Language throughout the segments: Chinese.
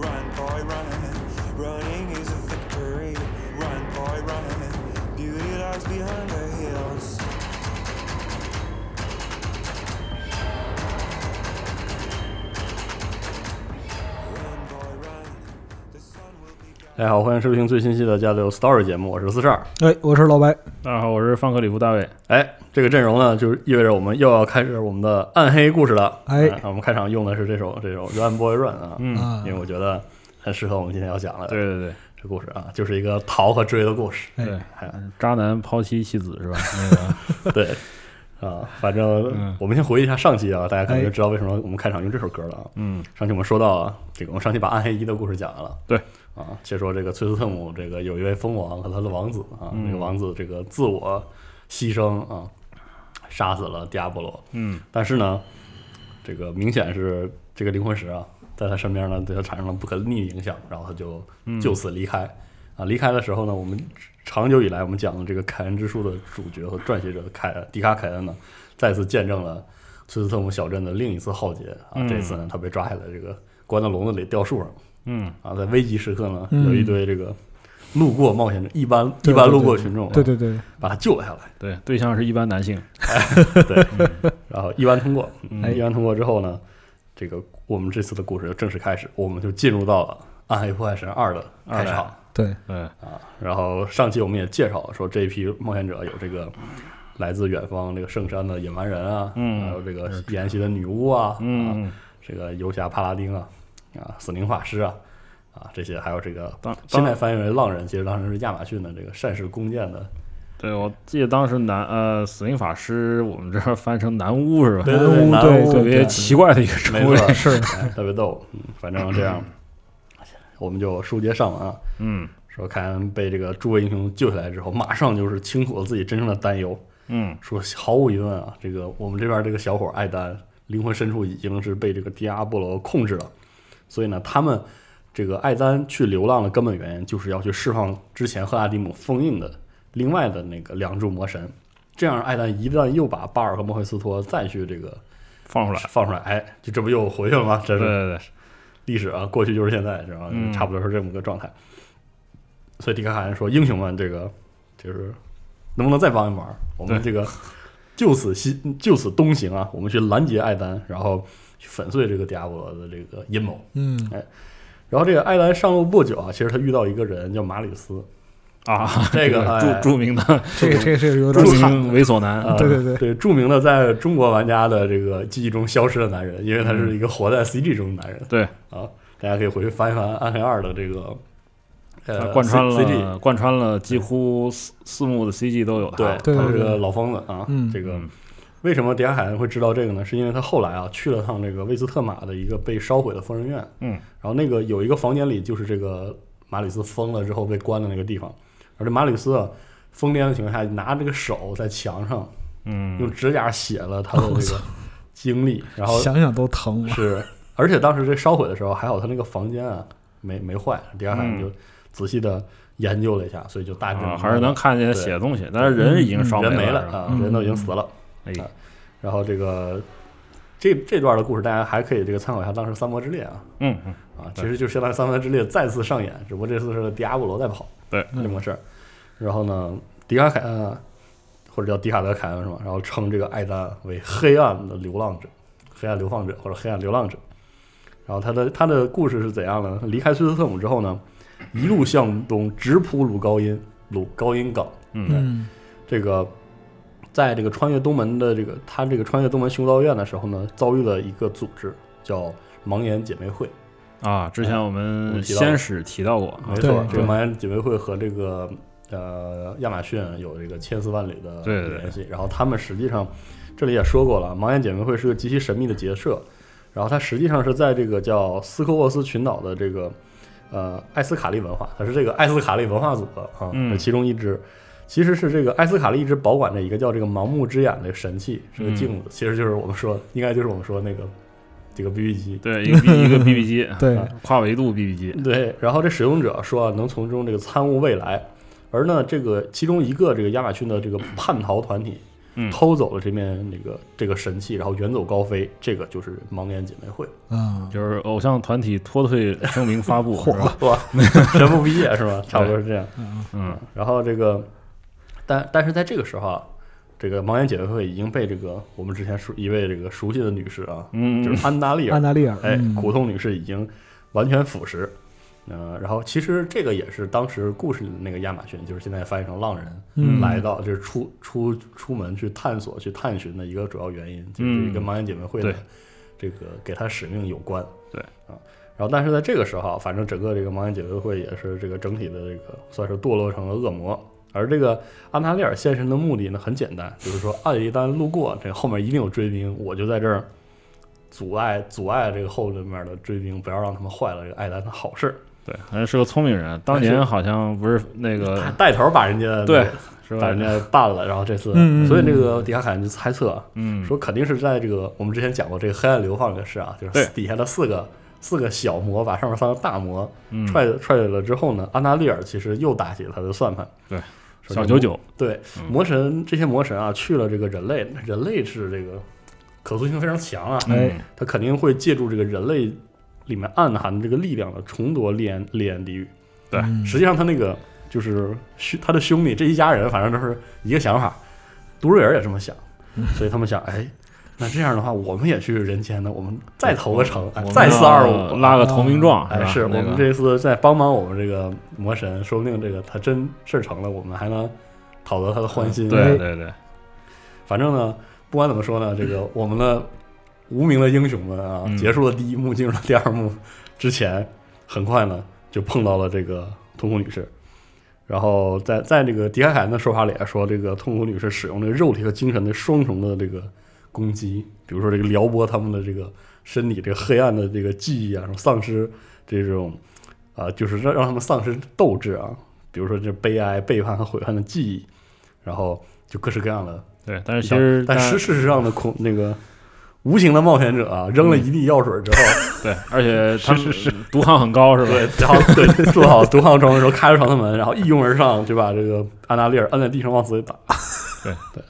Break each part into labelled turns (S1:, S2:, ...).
S1: Run, boy, run. Running is a victory. Run, boy, run. Beauty lies behind the hills. Run, boy, run. The sun will be gone.
S2: 大家好，欢迎收听最新期的《交流 Story》节目，我是四十二。
S3: 哎，我是老白，
S4: 大家好，我是范克里夫大卫。
S2: 哎，这个阵容呢，就是意味着我们又要开始我们的暗黑故事了。啊
S3: 哎
S2: 我们开场用的是这首这首《Run Boy Run》啊，
S4: 嗯
S3: 啊
S2: 因为我觉得很适合我们今天要讲的
S4: 对对
S2: 这故事啊，就是一个逃和追的故 事。
S4: 对
S3: 哎，
S2: 呃哎，
S4: 对，渣男抛妻弃 子是吧？那个，
S2: 对啊，反正
S4: 嗯
S2: 我们先回忆一下上期啊，大家可能
S3: 哎
S2: 就知道为什么我们开场用这首歌了啊。
S4: 嗯，
S2: 上期我们说到啊，这个我们上期把暗黑一的故事讲完了。
S4: 对
S2: 啊，且说这个崔斯特姆这个有一位蜂王和他的王子啊，
S4: 嗯
S2: 那个王子这个自我牺牲啊，杀死了迪亚波罗。
S4: 嗯，
S2: 但是呢，这个明显是这个灵魂石啊，在他身边呢对他产生了不可逆影响，然后他就
S4: 嗯
S2: 就此离开。啊，离开的时候呢，我们长久以来我们讲的这个凯恩之书的主角和撰写者凯迪卡凯恩呢，再次见证了崔斯特姆小镇的另一次浩劫啊！
S4: 嗯
S2: 这次呢，他被抓起来，这个关到笼子里吊树上
S4: 嗯，
S2: 啊，在危急时刻呢，
S3: 嗯
S2: 有一堆这个路过冒险者，一般一
S3: 对
S2: 般
S3: 对
S2: 路
S3: 对
S2: 过群众啊，
S3: 对对对，
S2: 把他救了下来。
S4: 对，对象是一般男性。
S2: 对，然后一般通过，嗯
S3: 哎
S2: 一般通过之后呢，这个我们这次的故事就正式开始，我们就进入到了《暗黑破坏神二》的开场
S3: 对，
S4: 对，
S2: 啊。然后上期我们也介绍了说，这一批冒险者有这个来自远方这个圣山的野蛮人啊，
S4: 嗯
S2: 还有这个沿袭的女巫啊，啊，
S4: 嗯，
S2: 这个游侠帕拉丁啊，啊，死灵法师啊。啊，这些还有这个
S4: 当
S2: 现在翻译为浪人，其实当时是亚马逊的这个善事弓箭的，
S4: 对我记得当时男呃死灵法师，我们这儿翻成男巫是吧？
S2: 对对对
S3: 男巫
S2: 男
S3: 对
S2: 巫
S3: 对
S4: 特
S3: 对
S4: 别奇怪的一个
S2: 没
S4: 称
S2: 错
S4: 谓。
S2: 儿，
S3: 是
S2: 哎特别逗。嗯，反正这样，我们就书接上文啊，
S4: 嗯
S2: 说凯恩被这个诸位英雄救下来之后，马上就是清楚了自己真正的担忧，
S4: 嗯，
S2: 说毫无疑问啊，这个我们这边这个小伙艾丹灵魂深处已经是被这个迪亚波罗控制了，所以呢，他们这个艾丹去流浪的根本原因就是要去释放之前赫拉迪姆封印的另外的那个两柱魔神。这样，艾丹一旦又把巴尔和莫菲斯托再去这个
S4: 放出来。嗯
S2: 放出来，哎，就这不又回去了吗？这
S4: 对
S2: 是
S4: 对对，
S2: 历史啊，过去就是现在，知道吗？
S4: 嗯
S2: 差不多是这么个状态。所以迪卡海恩说：“英雄们，这个就是能不能再帮一忙？我们这个 就此西就此东行啊，我们去拦截艾丹，然后去粉碎这个迪亚波罗的这个阴谋。
S3: 嗯，
S2: 然后这个艾丹上路不久啊，其实他遇到一个人叫马里斯，
S4: 啊，
S2: 这个哎
S4: 著著名的
S3: 这个这个这个有
S4: 著
S3: 点惨，
S4: 名猥琐男
S2: 啊，
S3: 对对对
S2: 对，著名的在中国玩家的这个记忆中消失的男人，因为他是一个活在 CG 中的男人。
S4: 对
S2: 啊，大家可以回去翻一翻《暗黑二》的这个呃
S4: 啊贯穿
S2: CG
S4: 了贯穿了几乎四四幕的 CG 都有他。
S2: 对，
S3: 对
S2: 他
S3: 对
S2: 是
S3: 对
S2: 个老疯子啊。
S3: 嗯
S2: 这个
S4: 嗯
S2: 为什么迪亚海恩会知道这个呢？是因为他后来啊去了趟这个魏斯特马的一个被烧毁的疯人院，
S4: 嗯
S2: 然后那个有一个房间里就是这个马里斯疯了之后被关的那个地方，而这马里斯啊疯癫的情况下，拿这个手在墙上用
S4: 嗯，
S2: 指甲写了他的这个经历，然后
S3: 想想都疼，
S2: 是，而且当时这烧毁的时候，还好他那个房间啊没没坏，迪亚海恩
S4: 嗯
S2: 就仔细的研究了一下，所以就大致
S4: 啊
S2: 明
S4: 还
S2: 白
S4: 是
S2: 了
S4: 能看见他写的东西，但是人已经烧
S2: 嗯人没
S4: 了
S2: 了
S4: 是吧
S2: 啊，人都已经死了。啊
S4: 哎，
S2: 然后这个这这段的故事，大家还可以这个参考一下当时《三国之猎》啊
S4: 嗯嗯，
S2: 啊，其实就相当于《三国之猎》再次上演，只不过这次是迪亚布罗在跑，
S4: 对
S2: 这么个事儿。然后呢，迪卡凯恩啊或者叫迪卡德凯恩是吧？然后称这个艾丹为黑暗的流浪者、黑暗流放者或者黑暗流浪者。然后他的他的故事是怎样呢？他离开崔斯特姆之后呢，一路向东直扑鲁高音鲁高音港，
S3: 嗯，
S2: 这个在这个穿越东门的这个他这个穿越东门修道院的时候呢，遭遇了一个组织叫盲眼姐妹会。
S4: 啊，之前我
S2: 嗯我
S4: 们
S2: 们提到了
S4: 先是提到过，啊
S2: 没错，
S3: 对
S2: 这个盲眼姐妹会和这个呃亚马逊有这个千丝万缕的
S4: 对对对
S2: 联系。然后他们实际上这里也说过了，盲眼姐妹会是个极其神秘的结社，然后它实际上是在这个叫斯科沃斯群岛的这个呃艾斯卡利文化，它是这个艾斯卡利文化组的啊，
S4: 嗯
S2: 是其中一支。其实是这个艾斯卡利一直保管着一个叫这个盲目之眼的神器，是个
S4: 嗯
S2: 镜子，其实就是我们说，应该就是我们说那个这个 BB 机，
S4: 对，一个 B 一个 BB 机，
S3: 对，
S2: 啊
S4: 跨维度 BB 机，
S2: 对，然后这使用者说啊，能从中这个参悟未来，而呢，这个其中一个这个亚马逊的这个叛逃团体，
S4: 嗯
S2: 偷走了这面那个这个神器，然后远走高飞，这个就是盲眼姐妹会，
S3: 啊，
S4: 就是偶像团体脱退声明 发布，是吧？
S2: 是吧？全部毕业是 吧？差不多是这样。
S4: 嗯，
S2: 然后这个，但但是在这个时候啊，这个盲眼姐妹会已经被这个我们之前熟一位这个熟悉的女士啊，
S4: 嗯
S2: 就是安达利尔
S3: 安达利尔，
S2: 哎
S3: 嗯，
S2: 苦痛女士已经完全腐蚀。呃，然后其实这个也是当时故事里的那个亚马逊，就是现在翻译成浪人，
S3: 嗯
S2: 来到就是出出出门去探索、去探寻的一个主要原因，就是
S4: 嗯
S2: 跟盲眼姐妹会的
S4: 对
S2: 这个给她使命有关。
S4: 对
S2: 啊，然后但是在这个时候，啊反正整个这个盲眼姐妹会也是这个整体的这个算是堕落成了恶魔。而这个安塔利尔现身的目的呢，很简单，就是说暗一丹路过，这后面一定有追兵，我就在这儿阻碍阻碍这个后面的追兵，不要让他们坏了这个艾丹的好事。
S4: 对，好像是个聪明人，当
S2: 但
S4: 年
S2: 是
S4: 好像不是那
S2: 他
S4: 个
S2: 带头把人家
S4: 呃对，是
S2: 把
S4: 吧
S2: 人？ 家办了，然后这次，
S3: 嗯嗯
S2: 所以这个迪卡凯恩就猜测啊，
S4: 嗯，
S2: 说肯定是在这个我们之前讲过这个黑暗流放这个事啊，就
S4: 对
S2: 是底下的四个四个小魔把上面三个大魔
S4: 嗯
S2: 踹踹了之后呢，安达利尔其实又打起了他的算盘，
S4: 对
S2: 说这
S4: 小
S2: 魔
S4: 九嗯九，
S2: 对，魔神这些魔神啊，去了这个人类，人类是这个可塑性非常强啊，
S4: 哎，
S2: 他肯定会借助这个人类里面暗含的这个力量呢，重夺烈焰烈焰地狱。
S4: 对
S3: 嗯
S2: 实际上他那个就是兄他的兄弟这一家人，反正都是一个想法，独瑞尔也这么想，
S4: 嗯
S2: 所以他们想，哎，那这样的话，我们也去人间呢，我们再投个城，哎
S4: 我们
S2: 再四二
S4: 要
S2: 五。
S4: 拉个投名状，
S2: 哎，
S4: 吧
S2: 是我
S4: 那
S2: 们
S4: 个
S2: 这次再帮帮我们这个魔神，说不定这个他真事儿成了，我们还能讨得他的欢心。
S4: 对对对，
S2: 反正呢，不管怎么说呢，这个我们的无名的英雄们啊，
S4: 嗯
S2: 结束了第一幕，进入了第二幕之前，很快呢就碰到了这个痛苦女士。然后在在这个迪卡凯恩的说法里说，这个痛苦女士使用这个肉体和精神的双重的这个攻击，比如说这个撩拨他们的这个身体这个黑暗的这个记忆啊，什么丧失这种啊、就是让让他们丧失斗志啊，比如说这悲哀、背叛和悔恨的记忆，然后就各式各样的
S4: 对，但是其实
S2: 但
S4: 大
S2: 事事实上的恐那个无情的冒险者啊，
S4: 嗯
S2: 扔了一地药水之后，
S4: 对，而且他们毒抗很高，是吧？
S2: 对，然后对做好毒抗装的时候，开了床的门，然后一拥而上就把这个安达利尔摁在地上往死里打，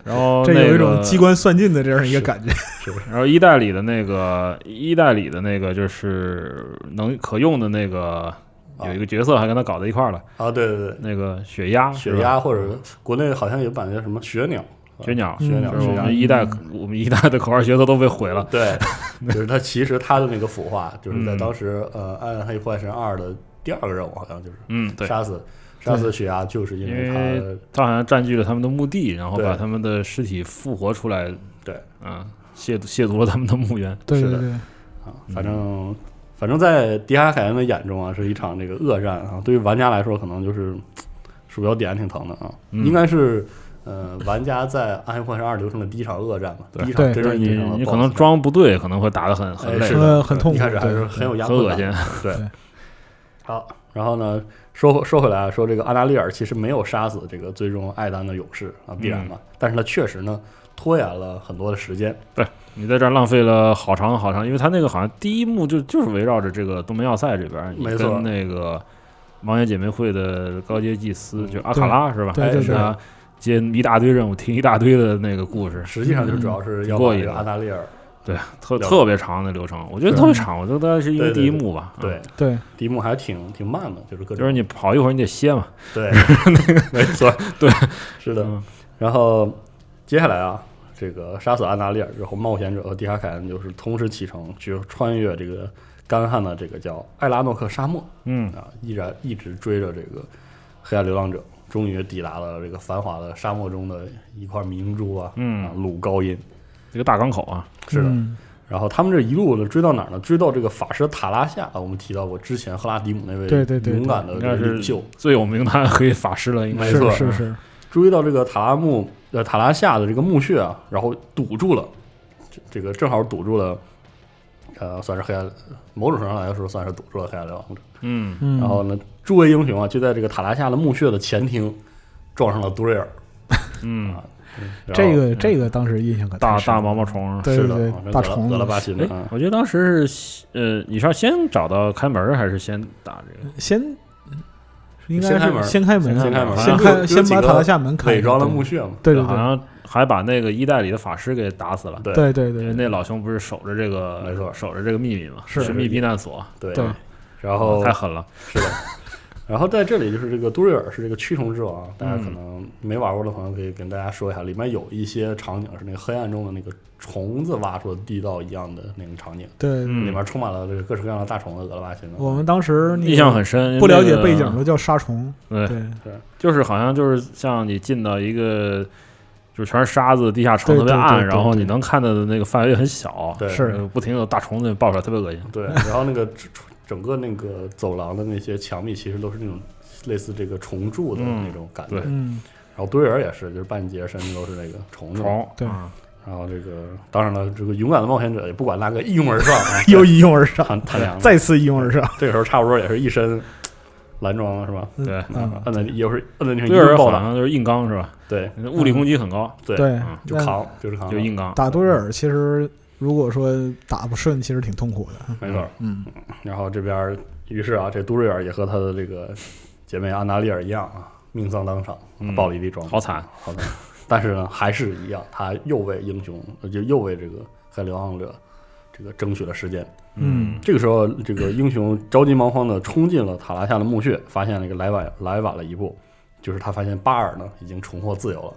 S4: 然后
S3: 这
S4: 那
S3: 有一
S4: 个
S3: 种机，关算尽的这样一个感觉，
S4: 然后一代里的那个一代里的那个就是能可用的那个有一个角色还跟他搞在一块儿了，
S2: 啊，对对对，
S4: 那个雪鸭，是
S2: 雪
S4: 吧
S2: 鸭或者国内好像有版叫什么雪鸟，
S4: 雪鸟，
S2: 雪鸟
S4: 就是
S2: 雪
S4: 我
S2: 鸭嗯
S4: 们一代我们一代的口号角色都被毁了，
S2: 对，就是他其实他的那个腐化，就是
S4: 嗯
S2: 在当时呃《暗黑破坏神二》的第二个任务，好像就是
S4: 嗯，对，
S2: 杀死杀死雪鸭，就是因为
S4: 因
S2: 他
S4: 为他好像占据了他们的墓地，然后
S2: 对
S4: 把他们的尸体复活出来，
S2: 对，
S4: 啊，亵渎亵渎了他们的墓园，
S3: 对
S2: 是
S3: 对
S2: 的
S3: 对，
S2: 啊，反正反正在迪卡凯恩的眼中啊，是一场这个恶战啊。对于玩家来说，可能就是嘖鼠标点挺疼的啊，
S4: 嗯
S2: 应该是呃，玩家在《暗黑破坏神二》流程的第一场恶战吧，
S4: 对
S2: 第一场
S3: 对
S2: 真正意
S4: 你
S2: 义上的
S4: 你
S2: BOSS
S4: 可能装不对，可能会打得很很
S2: 哎
S4: 累
S2: 是，
S3: 呃
S2: 的
S3: 很痛苦，
S2: 一开始还
S3: 对
S2: 是很有压
S4: 很
S2: 迫
S4: 恶
S2: 感
S4: 心
S2: 的，，对
S3: 对。
S2: 好，然后呢，说回说回来啊，说这个阿达利尔其实没有杀死这个最终艾丹的勇士啊，必然嘛，
S4: 嗯
S2: 但是他确实呢拖延了很多的时间，
S4: 你在这儿浪费了好长好长，因为他那个好像第一幕就就是围绕着这个东门要塞这边儿，你
S2: 没错
S4: 跟那个盲眼姐妹会的高阶祭司就阿
S3: 嗯对
S4: 卡拉是吧？
S3: 对
S2: 对
S4: 是啊，接一大堆任务，听一大堆的那个故事，
S2: 实际上就主要是要
S4: 嗯过
S2: 把这
S4: 瘾嗯
S2: 个
S4: 了
S2: 阿达利尔
S4: 对，特
S2: 了解
S4: 特别长的流程，我觉得特别长，我觉得大概是因为
S2: 对
S4: 第
S2: 对
S4: 一
S2: 对
S4: 幕吧，
S2: 对
S4: 啊，
S3: 对，
S2: 第一幕还挺挺慢的，就是各种
S4: 就是你跑一会儿你得歇嘛，
S2: 对，没错，
S4: 对，
S2: 是的
S4: 嗯。
S2: 然后接下来啊，这个杀死安达利尔之后，冒险者和迪卡凯恩就是同时启程去穿越这个干旱的这个叫艾拉诺克沙漠
S4: 嗯，
S2: 啊，依然一直追着这个黑暗流浪者，终于抵达了这个繁华的沙漠中的一块明珠啊，
S4: 嗯
S2: 啊，鲁高音
S4: 这个大港口啊，
S2: 是的。
S3: 嗯
S2: 然后他们这一路追到哪儿呢？追到这个法师塔拉夏啊，我们提到过之前赫拉迪姆那位
S3: 对对对对
S2: 勇敢的
S4: 应
S2: 这个
S4: 该是
S2: 领袖，
S4: 最有名的 暗黑法师了，应该
S2: 没
S3: 是
S2: 错啊
S3: 是是，
S2: 追到这个塔拉木呃塔拉夏的这个墓穴啊，然后堵住了，这这个正好堵住了，呃，算是黑暗，某种程度上来说算是堵住了黑暗流亡者。
S4: 嗯，
S3: 嗯，
S2: 然后呢，诸位英雄啊就在这个塔拉夏的墓穴的前厅撞上了杜瑞尔，
S4: 嗯
S2: 啊然后
S3: 这个这个当时印象可
S4: 大
S3: 太深
S4: 大
S3: 了
S4: 毛毛虫。
S3: 对
S2: 是
S3: 对
S2: 的
S3: 对
S2: 啊这
S3: 大
S2: 德拉
S3: 虫
S2: 德拉巴
S3: 子，
S2: 钦
S4: 哎
S2: 的啊，
S4: 我记得当时是呃，你是要先找到开门儿，还是先打这个？
S3: 先应该
S2: 先开门
S3: 是先开门，啊
S2: 先开门啊
S3: 先
S2: 有有
S3: 开
S2: 几个
S3: 先把塔拉夏门开，
S2: 伪装了墓穴嘛，
S3: 对对
S4: 好
S3: 对
S4: 像还把那个一代里的法师给打死了。
S2: 对
S3: 对对对
S4: 因为
S3: 对，
S4: 那老兄不是守着这个，
S2: 没错
S4: 守着这个秘密嘛，
S3: 是哦
S4: 神秘避难所，
S2: 对
S3: 哎对
S2: 然后
S4: 太狠了。
S2: 然后在这里就是这个杜瑞尔是这个驱虫之王，大家可能没玩过的朋友可以跟大家说一下，里面有一些场景是那个黑暗中的那个虫子挖出的地道一样的那个场景，
S3: 对
S4: 嗯
S2: 里面充满了这个各式各样的大虫子、俄罗巴新的。
S3: 我们当时那个
S4: 印象很深，
S3: 不了
S4: 那
S3: 解
S4: 个
S3: 背景，都叫杀虫，
S4: 对，
S3: 对
S4: 就是好像就是像你进到一个就是全是沙子，地下城
S3: 对
S4: 特别
S3: 对对
S4: 暗，
S3: 对
S4: 然后
S3: 对
S4: 你能看到的那个范围很小，
S2: 对
S3: 是
S4: 呃不停地有大虫子爆出来，特别恶心。
S2: 对，然后那个整整个那个走廊的那些墙壁其实都是那种类似这个虫蛀的那种感觉。
S4: 嗯对
S3: 嗯
S2: 然后杜瑞尔也是，就是半截身都是那个虫子。
S4: 虫，
S3: 对，
S4: 啊
S2: 然后这个当然了，这个勇敢的冒险者也不管那个一拥而上 啊
S3: 又一拥而上，
S2: 他他娘的
S3: 再次一拥而上，
S2: 这个时候差不多也是一身蓝装了，是吧？
S4: 对，
S3: 嗯，
S2: 摁在地也是摁在地上一
S4: 对，
S2: 顿
S4: 好
S2: 暴打，
S4: 像就是硬刚是吧？
S2: 对
S3: 嗯
S4: 物理攻击很高，
S2: 对
S3: 对
S4: 嗯，
S2: 就
S3: 那
S2: 扛，就是扛，
S4: 就硬刚。
S3: 打多瑞尔其实如果说打不顺，其实挺痛苦的，
S2: 没错。
S3: 嗯，
S2: 然后这边儿，于是啊，这杜瑞尔也和他的这个姐妹安娜丽尔一样啊，命丧当场，
S4: 嗯
S2: 暴力地装，
S4: 好惨，
S2: 好惨。但是呢，还是一样，他又为英雄，呃就又为这个黑流浪者这个争取了时间。
S3: 嗯，
S2: 这个时候，这个英雄着急忙慌的冲进了塔拉夏的墓穴，发现了一个来晚来晚了一步，就是他发现巴尔呢已经重获自由了。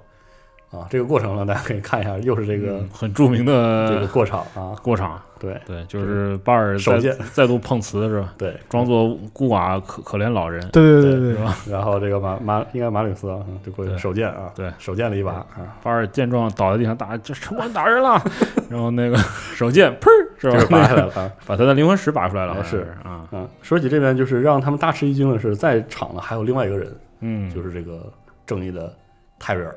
S2: 啊，这个过程呢，大家可以看一下，又是这个、
S4: 嗯很著名
S2: 这个
S4: 的
S2: 过场啊，
S4: 过场，
S2: 对
S4: 对，就是巴尔
S2: 手
S4: 再
S2: 贱
S4: 再度碰瓷是吧？
S2: 对。
S4: 装作孤寡可可怜老人，
S3: 对对对对
S4: 是
S3: 对，
S4: 吧？
S2: 然后这个马马应该马吕斯啊，嗯就过去
S4: 对
S2: 手贱啊，
S4: 对
S2: 手贱了一把啊，
S4: 巴尔见状倒在地上打，这城管打人了， 然后那个手贱砰儿是
S2: 就
S4: 吧
S2: 是？拔
S4: 那
S2: 下
S4: 个
S2: 来了啊。
S4: 把他的灵魂石拔出来了，好像
S2: 是
S4: 啊，
S2: 嗯，说起这边就是让他们大吃一惊的是，在场呢还有另外一个人，
S4: 嗯，
S2: 就是这个正义的泰瑞尔。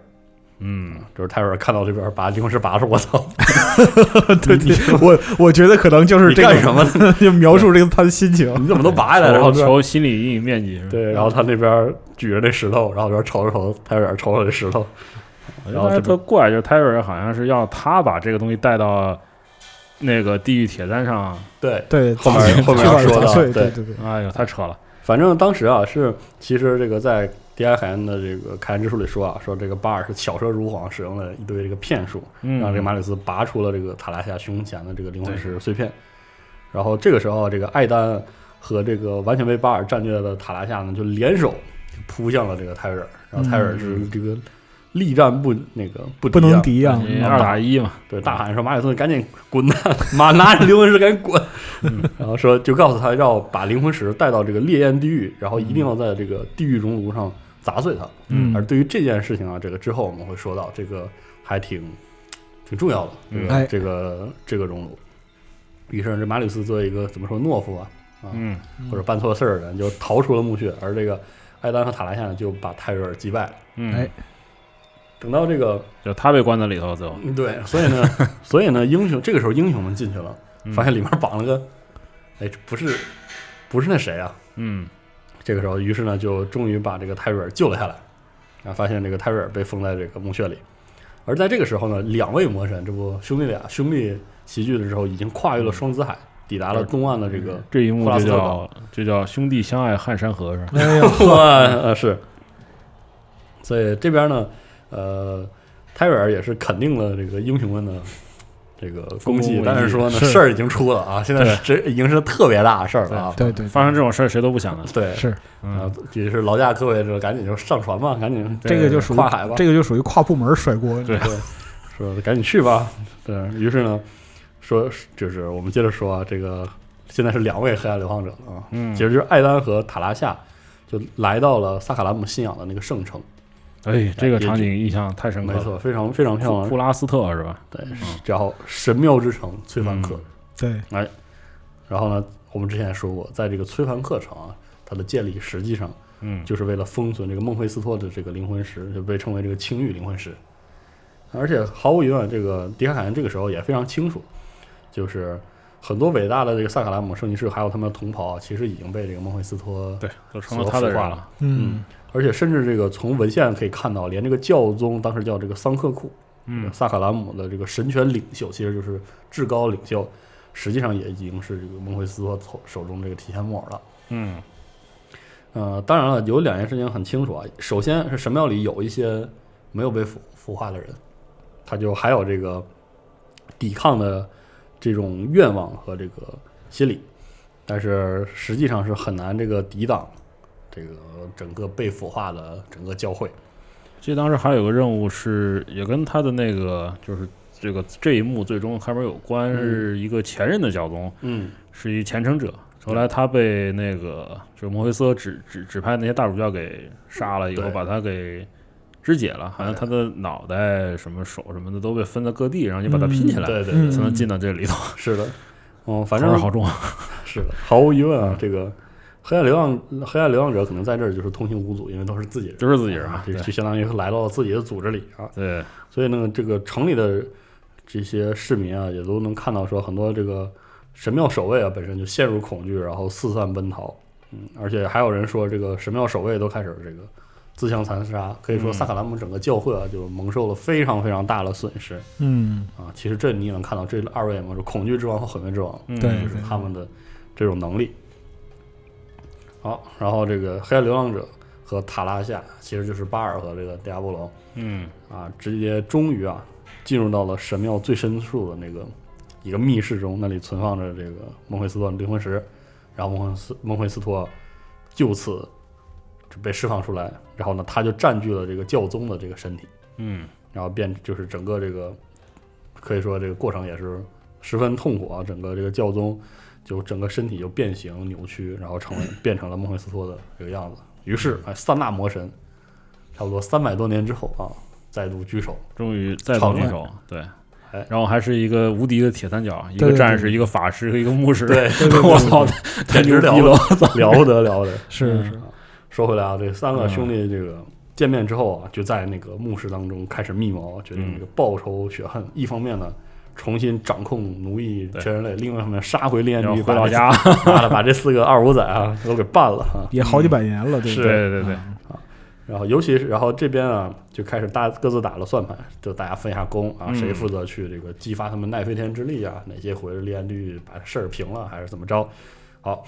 S4: 嗯，
S2: 就是泰瑞尔看到这边把灵魂石拔出，我操，
S3: 对对，我我觉得可能就是
S2: 你
S3: 这个
S2: 干什么呢？
S3: 就描述这个他的心情，
S2: 你怎么都拔下 来了？然后
S4: 求
S2: 这边
S4: 求心理阴影面积是吧？
S2: 对，然后他那边举着那石头，然后这边瞅着瞅泰瑞尔瞅瞅这石头，然后
S4: 后
S2: 这
S4: 哎特
S2: 边
S4: 怪，就是泰瑞尔好像是要他把这个东西带到那个地狱铁砧上，
S2: 对，
S3: 对，
S2: 后面后面要
S3: 去
S2: 说
S3: 玩
S2: 的
S3: 砸碎，
S2: 对
S3: 对，对对，
S4: 哎呦，太扯了，
S2: 反正当时啊是，其实这个在《D.I. 海岸的这个凯恩之书里说啊，说这个巴尔是巧舌如簧，使用了一堆这个骗术，
S4: 嗯，
S2: 让这个马里斯拔出了这个塔拉夏胸前的这个灵魂石碎片。然后这个时候，这个艾丹和这个完全被巴尔战略的塔拉夏呢，就联手就扑向了这个泰瑞尔，然后泰瑞尔是这个力战不那个嗯不
S3: 不
S2: 敌啊
S3: 能敌啊，
S4: 因为二
S2: 嗯
S4: 打一嘛，
S2: 对，大喊说：“马里斯，赶紧滚蛋！马拿着灵魂石赶紧滚！”
S3: 嗯
S2: 然后说就告诉他要把灵魂石带到这个烈焰地狱，然后一定要在这个地狱熔炉上砸碎它。
S3: 嗯
S2: 而对于这件事情啊，这个之后我们会说到，这个还挺挺重要的，这个、
S3: 嗯哎
S2: 这个这个熔炉。于是这马里斯作为一个怎么说懦夫啊，啊、
S4: 嗯，
S2: 或者办错事儿的人，就逃出了墓穴，而这个艾丹和塔莱夏呢就把泰瑞尔击败了。
S4: 嗯，
S3: 哎，
S2: 等到这个
S4: 就他被关在里头，最后
S2: 嗯，对，所以呢，所以呢，英雄这个时候英雄们进去了，发现里面绑了个，哎，这不是不是那谁啊？
S4: 嗯，
S2: 这个时候，于是呢，就终于把这个泰瑞尔救了下来，然后发现这个泰瑞尔被封在这个墓穴里。而在这个时候呢，两位魔神，这不兄弟俩兄弟齐聚的时候，已经跨越了双子海，抵达了东岸的这个，
S4: 这一幕
S2: 布拉
S4: 就
S2: 斯特
S4: 叫就叫兄弟相爱汉山河是吧？
S3: 没有，
S2: 呃，是。所以这边呢，呃，泰瑞尔也是肯定了这个英雄们的这个功
S4: 丰
S2: 绩
S4: 功伟，
S2: 但是
S4: 业
S2: 说呢，
S3: 是
S2: 事儿已经出了啊，现在
S4: 对
S2: 是这已经是特别大的事儿了啊。
S3: 对 对，
S4: 发生这种事儿谁都不想的，
S2: 对，
S3: 是
S2: 啊
S4: 嗯，，
S2: 也是劳驾各位，就赶紧就上船吧，赶紧
S3: 这个就属于
S2: 跨海吧，
S3: 这个就属于跨部门甩锅，
S4: 对
S2: 说赶紧去吧。对于是呢，说就是我们接着说啊，这个现在是两位黑暗流放者了啊，
S4: 嗯
S2: 其实就是艾丹和塔拉夏就来到了萨卡拉姆信仰的那个圣城，
S4: 哎，这
S2: 也
S4: 个场景印象太深刻
S2: 没
S4: 了。
S2: 错，呃嗯非常非常漂
S4: 库
S2: 亮。
S4: 库拉斯特是吧？
S2: 对，然后神庙之城崔凡克，
S3: 对，
S2: 然后呢，我们之前也说过，在这个崔凡克城啊，它的建立实际上
S4: 嗯，
S2: 就是为了封存这个孟菲斯托的这个灵魂石，就被称为这个青玉灵魂石。而且毫无疑问，这个迪卡凯恩这个时候也非常清楚，就是很多伟大的这个萨卡拉姆圣骑士还有他们的同袍啊，其实已经被这个孟菲斯托
S4: 对，都成了他的人了。
S3: 嗯，
S2: 而且甚至这个从文献可以看到，连这个教宗当时叫这个桑克库，
S4: 嗯
S2: 萨卡拉姆的这个神权领袖，其实就是至高领袖，实际上也已经是这个孟菲斯托手手中这个提线木偶了。
S4: 嗯
S2: 呃，当然了，有两件事情很清楚啊。首先是神庙里有一些没有被腐腐化的人，他就还有这个抵抗的这种愿望和这个心理，但是实际上是很难这个抵挡这个整个被腐化的整个教会。
S4: 记得当时还有个任务是也跟他的那个就是这个这一幕最终开门有关，
S2: 嗯
S4: 是一个前任的教宗，
S2: 嗯，
S4: 是一虔诚者。后来他被那个就是摩菲斯托指指指派那些大主教给杀了以后，
S2: 对
S4: 把他给肢解了，好像他的脑袋、什么手什么的都被分在各地，然后就把他拼起来，
S2: 对对
S3: 嗯
S2: 对，
S4: 才能进到这里头。
S2: 是的，嗯，反
S4: 反正
S2: 正
S4: 好重啊！
S2: 是的，毫无疑问啊，这个黑暗流浪黑暗流浪者可能在这儿就是通行无阻，因为都是自己人，
S4: 都是自己人啊
S2: 啊，这
S4: 对
S2: 就相当于来到自己的组织里啊。
S4: 对，
S2: 所以呢，这个城里的这些市民啊，也都能看到说很多这个神庙守卫啊，本身就陷入恐惧，然后四散奔逃。嗯，而且还有人说，这个神庙守卫都开始这个自相残杀，可以说
S4: 嗯
S2: 萨卡拉姆整个教会啊，就蒙受了非常非常大的损失
S3: 嗯，
S2: 啊。其实这你也能看到，这二位嘛，是恐惧之王和毁灭之王，
S4: 嗯
S3: 对
S2: 就是他们的这种能力。好，然后这个黑暗流浪者和塔拉夏，其实就是巴尔和这个迪亚波罗，
S4: 嗯，
S2: 啊，直接终于啊，进入到了神庙最深处的那个一个密室中，那里存放着这个孟菲斯托的灵魂石，然后孟菲斯孟菲斯托就此就被释放出来，然后呢，他就占据了这个教宗的这个身体，
S4: 嗯，
S2: 然后变就是整个这个可以说这个过程也是十分痛苦啊，整个这个教宗就整个身体就变形扭曲，然后成为变成了孟菲斯托的这个样子，于是哎，三大魔神差不多三百多年之后啊。再度聚首，
S4: 终于再
S2: 吵了
S4: 度联手，对
S2: 哎。
S4: 然后还是一个无敌的铁三角，一
S3: 对
S4: 个
S3: 对
S4: 战
S3: 对
S4: 士，一个法师，一个牧师。
S2: 对
S3: 对对嗯对
S4: 我操，太
S2: 简直
S4: 牛逼
S2: 了
S4: 了！
S2: 了不得了不得。
S3: 是是，
S2: 说回来啊，这三个兄弟这个见面之后啊，就在那个墓室当中开始密谋，决定这
S4: 嗯
S2: 个报仇雪恨。一方面呢，重新掌控奴役全人类；，另外一方面，杀回烈焰
S4: 然
S2: 之
S4: 后
S2: 地，
S4: 回
S2: 把
S4: 老
S2: 这
S4: 家，，
S2: 妈的，把这四个二五仔啊都给办了啊。
S3: 也好几百年了，对不
S4: 对
S3: 对？
S4: 对对对，
S2: 然后，尤其是然后这边啊，就开始大各自打了算盘，就大家分一下工啊，
S4: 嗯
S2: 谁负责去这个激发他们奈飞天之力啊，哪些回烈焰律把事儿平了，还是怎么着？好，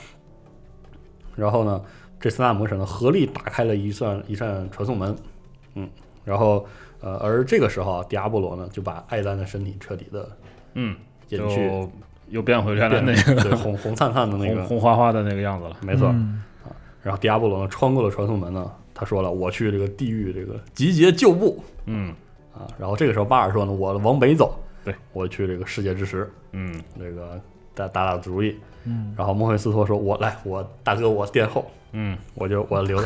S2: 然后呢，这三大魔神呢合力打开了一扇一扇传送门，嗯，然后呃，而这个时候啊，迪亚波罗呢就把艾丹的身体彻底的
S4: 嗯，
S2: 隐去，
S4: 就又变回原来
S2: 变
S4: 那
S2: 成
S4: 个
S2: 对红红灿灿的那
S4: 红
S2: 个，
S4: 红花花的那个样子了。
S2: 没错。
S3: 嗯
S2: 然后迪亚波罗呢穿过了传送门呢，他说了：“我去这个地狱这个集结旧部。”
S4: 嗯
S2: 啊，然后这个时候巴尔说呢，我往北走，
S4: 对
S2: 我去这个世界之石，
S4: 嗯，
S2: 这个打打打主意。
S3: 嗯，
S2: 然后孟菲斯托说，我来，我大哥我殿后，
S4: 嗯，
S2: 我就我留，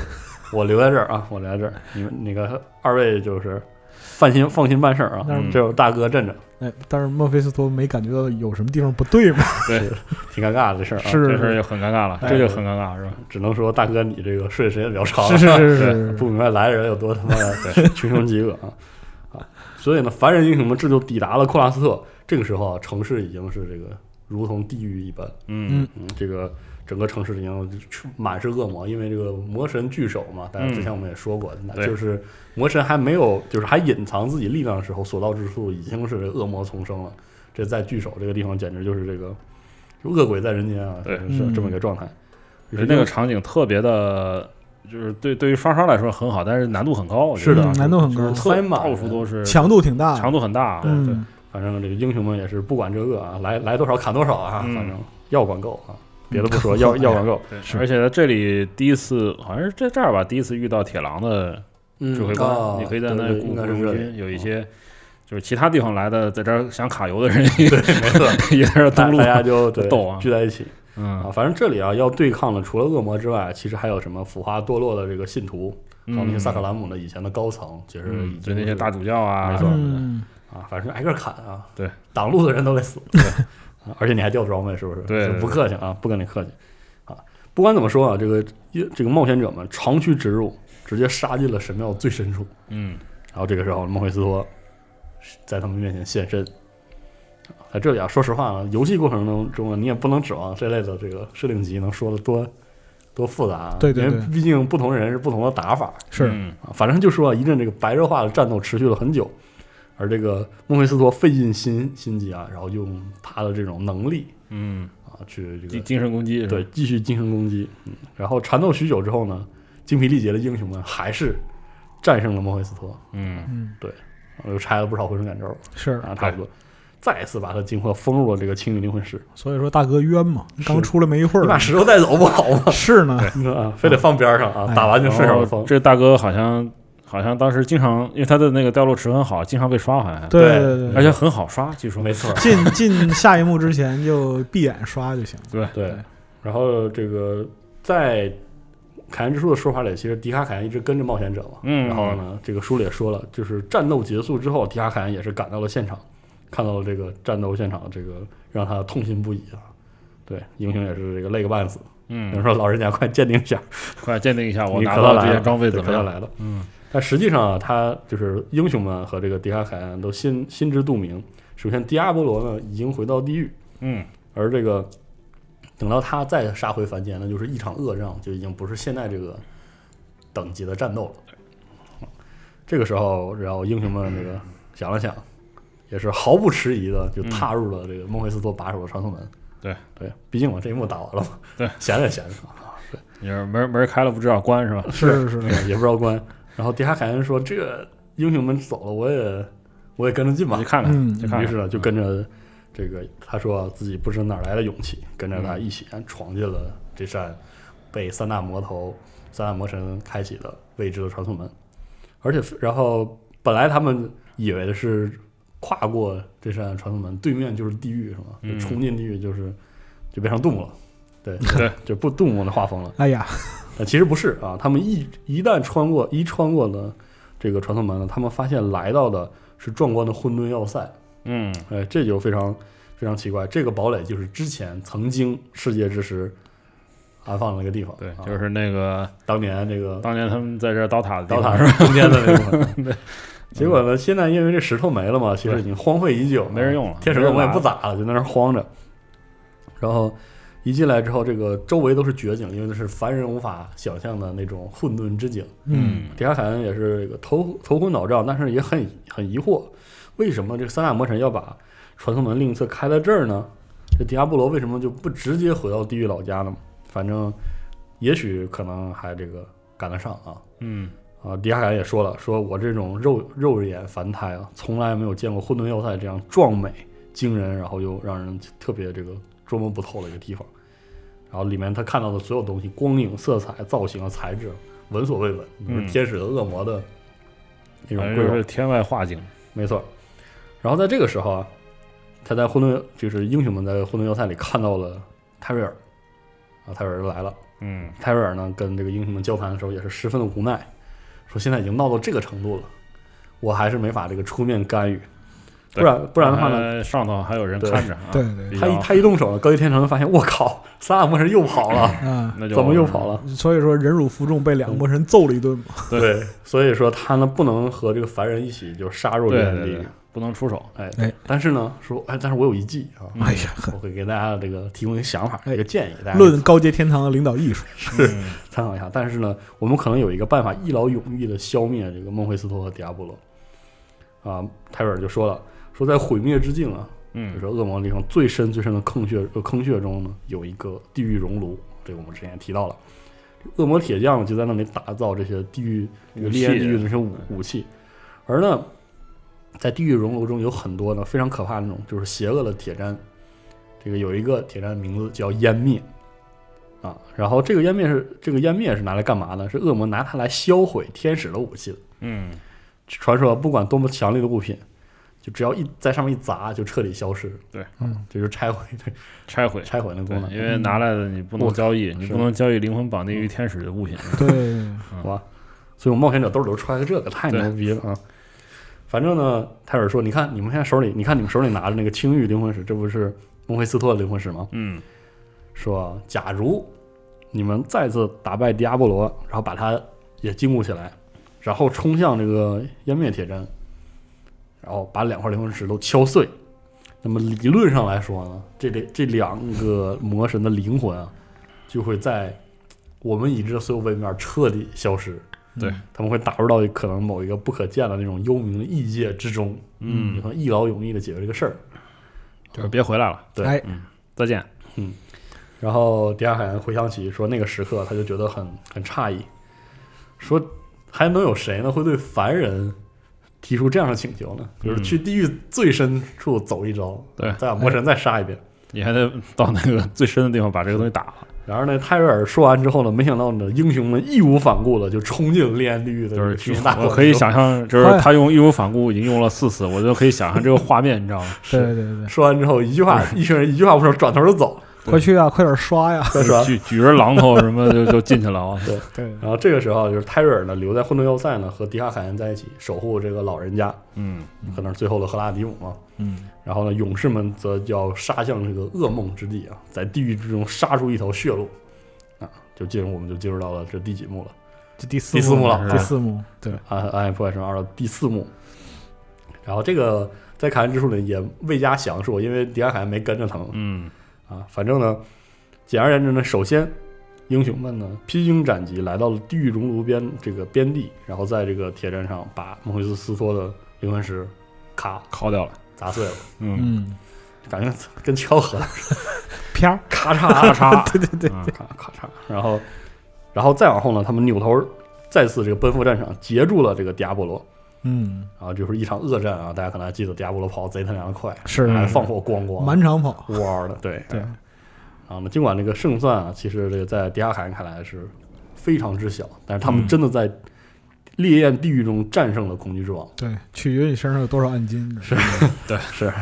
S2: 我留在这儿啊，我留在这儿，你们那个二位就是放心放心办事儿啊，
S3: 嗯
S2: 这有大哥镇着，
S3: 哎，但是墨菲斯托没感觉到有什么地方不对吗？
S4: 对，
S2: 挺尴尬的这事儿啊，
S3: 是
S4: 这事儿就很尴尬了，
S2: 哎
S4: 这就很尴尬是吧？
S2: 只能说大哥你这个睡的时间比较长，
S3: 是是是是
S2: 对
S3: 是
S2: 不明白来的人有多他妈的 穷凶极恶啊啊！所以呢，凡人英雄们这就抵达了库拉斯特。这个时候啊，城市已经是这个如同地狱一般，
S4: 嗯
S2: 嗯，这个整个城市已经满是恶魔，因为这个魔神聚首嘛，大家之前我们也说过，那
S4: 嗯对
S2: 就是魔神还没有，就是还隐藏自己力量的时候，所到之处已经是恶魔丛生了。这在聚首这个地方，简直就是这个就恶鬼在人间啊，
S4: 对
S2: 是这么一个状态。于是
S4: 那个场景特别的，就是对对于刷刷来说很好，但是难度很高，我觉
S2: 是的
S4: 得
S3: 嗯难度很高
S4: 就是，
S2: 塞
S4: 特
S2: 满
S4: 到处都是，
S3: 强度挺大，
S4: 强度很大，啊
S2: 对
S3: 嗯，
S2: 反正这个英雄们也是不管这个啊，来来多少砍多少啊，
S4: 嗯
S2: 反正要管够啊，别的不 说，
S3: 嗯
S2: 要要管够。
S4: 对
S3: 是
S4: 而且在这里第一次好像是在这儿吧，第一次遇到铁狼的指挥
S2: 啊
S4: 官，你可以在那
S2: 对
S4: 雇
S2: 应该
S4: 雇
S2: 是
S4: 佣
S2: 这里哦
S4: 军，有一些就是其他地方来的，在这儿想卡油的人 也
S2: 对，没错，
S4: 也在这儿
S2: 大
S4: 登陆
S2: 大，家就对
S4: 斗啊
S2: 聚在一起
S4: 嗯
S2: 啊。反正这里啊，要对抗的除了恶魔之外，其实还有什么腐化堕落的这个信徒，
S4: 嗯
S2: 还有那些萨克兰姆的以前的高层，其实已
S4: 嗯，就
S2: 经
S4: 那些
S2: 是
S4: 大主教啊，
S2: 没错
S3: 嗯，
S2: 啊，反正挨个砍啊，
S4: 对，
S2: 挡路的人都给死了，啊而且你还掉装备，是不是？
S4: 对对对
S2: 不客气啊，不跟你客气啊。不管怎么说啊，这个这个冒险者们长驱直入，直接杀进了神庙最深处。
S4: 嗯，
S2: 然后这个时候，孟菲斯托在他们面前现身。在这里啊，说实话啊，游戏过程中中啊，你也不能指望这类的这个设定集能说的多多复杂、啊，
S3: 对对
S2: 因为
S3: 对
S2: 毕竟不同人是不同的打法，
S3: 是
S4: 嗯
S2: 啊，反正就说啊，一阵这个白热化的战斗持续了很久，而这个孟菲斯托费尽心心机啊，然后用他的这种能力
S4: 嗯，
S2: 啊去这
S4: 精
S2: 个
S4: 精神攻击是吧
S2: 对继续精神攻击，嗯，然后缠斗许久之后呢，精疲力竭的英雄们还是战胜了孟菲斯托，
S4: 嗯
S3: 嗯
S2: 然后又拆了不少回春感召
S3: 是，
S2: 啊，差不多，再次把他惊惑封入了这个青云灵魂室，
S3: 所以说大哥冤嘛，刚出来没一会
S2: 你把
S3: 儿，
S2: 石头带走不好吗？
S3: 是呢，
S2: 啊，非得放边上啊，
S3: 哎
S2: 打完就顺
S4: 然
S2: 手
S4: 后
S2: 放。
S4: 这大哥好像好像当时经常，因为他的那个掉落池很好，经常被刷，好像，
S3: 对
S2: 对
S3: 对
S4: 而
S3: 对，
S4: 且很好刷，据说
S2: 没错，
S3: 进进下一幕之前就闭眼刷就行，
S2: 对
S3: 对，
S2: 然后这个在凯恩之书的说法里，其实迪卡凯恩一直跟着冒险者嘛。
S4: 嗯
S2: 然后呢，这个书里也说了，就是战斗结束之后，迪卡凯恩也是赶到了现场，看到了这个战斗现场，这个让他痛心不已啊。对，英雄也是这个累个半死。有
S4: 嗯，
S2: 人说老人家快鉴定一下，
S4: 快鉴定一下我
S2: 你
S4: 拿
S2: 可
S4: 到
S2: 来
S4: 这
S2: 了
S4: 些装备
S2: 对
S4: 怎么
S2: 可他
S4: 样？
S2: 来了。
S4: 嗯
S2: 但实际上啊，他就是英雄们和这个迪卡凯恩都心心知肚明。首先，迪亚波罗呢已经回到地狱，
S4: 嗯
S2: 而这个等到他再杀回凡间，那就是一场恶仗，就已经不是现在这个等级的战斗了。这个时候，然后英雄们这个想了想，也是毫不迟疑的就踏入了这个孟菲斯托把守的传送门。
S4: 嗯对
S2: 对，毕竟我这一幕打完了嘛，
S4: 对，
S2: 闲着也闲着，
S4: 你说门门开了不知道关 是吧？
S3: 是是是，
S2: 也不知道关。然后迪卡凯恩说：“这个英雄们走了，我也我也跟着进吧
S4: 你。看看，
S3: 嗯
S4: 去看看，
S2: 于是呢，就跟着这个他说自己不知哪儿来的勇气，跟着他
S4: 嗯
S2: 一起啊闯进了这扇被三大魔头、三大魔神开启的未知的传送门。而且，然后本来他们以为的是跨过这扇传送门，对面就是地狱，是吗？就
S4: 嗯
S2: 冲进地狱就是就变成杜牧了，对
S4: 对，
S2: 就不杜牧的画风了。
S3: 哎呀，
S2: 但其实不是啊，他们一一旦穿过一穿过了这个传送门呢，他们发现来到的是壮观的混沌要塞。
S4: 嗯
S2: 哎，这就非常非常奇怪。这个堡垒就是之前曾经世界之石安放的那个地方，
S4: 对，
S2: 啊、
S4: 就是那个
S2: 当年这个
S4: 当年他们在这儿刀塔的地
S2: 刀
S4: 方
S2: 塔中间的那部 分。对，结果呢，现在因为这石头没了嘛，其实已经荒废已久，
S4: 没人用了
S2: 天使
S4: 没人
S2: 我也
S4: 拿
S2: 不咋了，就在那儿荒着。然后一进来之后，这个周围都是绝景，因为那是凡人无法想象的那种混沌之景。
S3: 嗯，
S2: 迪亚凯恩也是这个头头昏脑胀，但是也很很疑惑，为什么这个三大魔神要把传送门另一侧开在这儿呢？这迪亚布罗为什么就不直接回到地狱老家呢？反正也许可能还这个赶得上啊
S4: 嗯
S2: 啊！迪亚凯恩也说了，说我这种肉肉眼凡胎啊，从来没有见过混沌要塞这样壮美惊人，然后又让人特别这个捉摸不透的一个地方。然后里面他看到的所有东西，光影、色彩、造型啊、材质，闻所未闻，就是
S4: 嗯
S2: 天使的、恶魔的那
S4: 嗯，
S2: 种
S4: 反
S2: 各
S4: 正
S2: 种
S4: 就是天外画境，
S2: 没错。然后在这个时候啊，他在混沌就是英雄们在混沌要塞里看到了泰瑞尔，啊，泰瑞尔就来了。
S4: 嗯
S2: 泰瑞尔呢跟这个英雄们交谈的时候也是十分的无奈，说现在已经闹到这个程度了，我还是没法这个出面干预，不
S4: 对
S2: 然不然的话呢，
S4: 呃上头还有人
S2: 对
S4: 看着啊，
S3: 嗯对对，
S4: 比
S2: 他一
S4: 较
S2: 他一动手，高级天成发现我靠，三大魔神又跑 了，
S3: 啊，
S4: 那就
S2: 怎么又跑了？
S3: 所以说忍辱负重被两个魔神揍了一顿嘛，
S4: 对
S2: 对，所以说他呢不能和这个凡人一起就杀入这
S4: 对
S2: 个
S4: 对
S2: 地狱
S4: 对，，不能出 手，
S2: 哎
S3: 哎
S2: 但是呢说哎，但是我有一计啊，
S4: 嗯
S3: 哎呀，
S2: 我会给大家这个提供一个想法，
S3: 哎
S2: 一个建议，大家
S3: 论高阶天堂的领导艺术，
S4: 嗯
S2: 参考一下。但是呢，我们可能有一个办法一劳永逸的消灭这个孟菲斯托和迪亚波罗。啊，泰瑞尔就说了，说在毁灭之境啊，就是
S4: 嗯
S2: 恶魔地方最深最深的坑穴呃坑穴中呢，有一个地狱熔炉，这个我们之前也提到了。恶魔铁匠就在那里打造这些地狱这个
S4: 武
S2: 烈
S4: 器嗯
S2: 焰地狱的这些武武器，而呢，在地狱熔炉中有很多呢非常可怕的那种就是邪恶的铁砧，这个有一个铁砧名字叫湮灭啊，然后这个湮灭是这个湮灭是拿来干嘛呢？是恶魔拿它来销毁天使的武器的。
S4: 嗯
S2: 传说不管多么强力的物品，就只要一在上面一砸，就彻底消失。
S4: 对，
S2: 嗯，这就是拆毁，对，
S4: 拆毁。
S2: 拆毁那
S4: 对
S2: 功，能，嗯
S4: 因为拿来的你不能
S2: 我
S4: 交易，你
S2: 是
S4: 不能交易灵魂绑定于天使的物品。
S3: 对，
S2: 好吧？所以我冒险者兜里头揣个这个太牛逼了啊！反正呢，泰尔说：“你看你们现在手里，你看你们手里拿着那个青玉灵魂石，这不是孟菲斯托的灵魂石吗？
S4: 嗯
S2: 说假如你们再次打败迪亚波罗，然后把他也禁锢起来，然后冲向这个湮灭铁站，然后把两块灵魂石都敲碎，那么理论上来说呢，这得这两个魔神的灵魂啊，就会在我们已知的所有位面彻底消失。
S4: 对
S2: 他们会打入到可能某一个不可见的那种幽冥的异界之中，你
S4: 嗯，
S2: 说一劳永逸的解决这个事儿。
S4: 就是别回来了，
S2: 对嗯
S3: 哎，
S4: 再见。
S2: 然后迪亚海回想起说那个时刻，他就觉得很很诧异，说还能有谁呢会对凡人提出这样的请求呢？就是
S4: 嗯
S2: 去地狱最深处走一遭，
S4: 对
S2: 再把魔神再杀一遍。
S4: 你还得到那个最深的地方把这个东西打了，
S2: 然而呢，泰瑞尔说完之后呢，没想到呢，英雄们义无反顾的就冲进烈焰地狱的
S4: 就是
S2: 巨大
S4: 我可以想象，就是
S2: 哎
S3: 快
S4: 他用义无反顾已经用了四次，我就可以想象这个画面，你知道 吗？
S2: 啊
S3: 对对对
S2: 说完之后，一句话，一群人一句话不说，转头就走。
S3: 对，快去啊，快点刷呀！
S2: 再说，
S4: 举举着榔头什么就就进去 了啊！
S3: 对，
S2: 然后这个时候就是泰瑞尔呢留在混沌要塞呢，和迪亚海恩在一起守护这个老人家，
S4: 嗯
S2: 可能是最后的赫拉迪姆嘛。
S4: 嗯，
S2: 然后呢，勇士们则要杀向这个噩梦之地啊，在地狱之中杀出一条血路啊，就进入我们就进入到了这第几幕了？
S3: 这第四
S2: 第四幕了啊
S3: 第四幕，对，
S2: 暗暗夜破坏神二的第四幕。然后这个在凯恩之处呢也未加详述，因为迪安海没跟着他们
S4: 嗯
S2: 啊。反正呢，简而言之呢，首先英雄们呢披荆斩棘来到了地狱熔炉边这个边地，然后在这个铁站上把孟菲斯斯托的灵魂石咔
S4: 敲掉了，
S2: 砸碎了，
S4: 嗯，
S3: 嗯，
S2: 感觉跟敲核
S3: 片儿，
S2: 咔嚓
S4: 咔
S2: 嚓，对对
S4: 嗯
S2: 咔咔嚓，然后，然后再往后呢，他们扭头再次这个奔赴战场，截住了这个迪亚波罗，
S3: 嗯，
S2: 然后就是一场恶战啊！大家可能还记得迪亚波罗跑得贼他娘的快，
S3: 是
S2: 还啊
S4: 嗯
S2: 放火咣咣，
S3: 满场跑，
S2: 呜嗷的，对
S3: 对，
S2: 然后呢，尽管这个胜算啊，其实这个在迪亚海人看来是非常之小，但是他们
S4: 嗯
S2: 真的在烈焰地狱中战胜了恐惧之王。
S3: 对，取决于你身上有多少暗金，哎是，
S2: 是，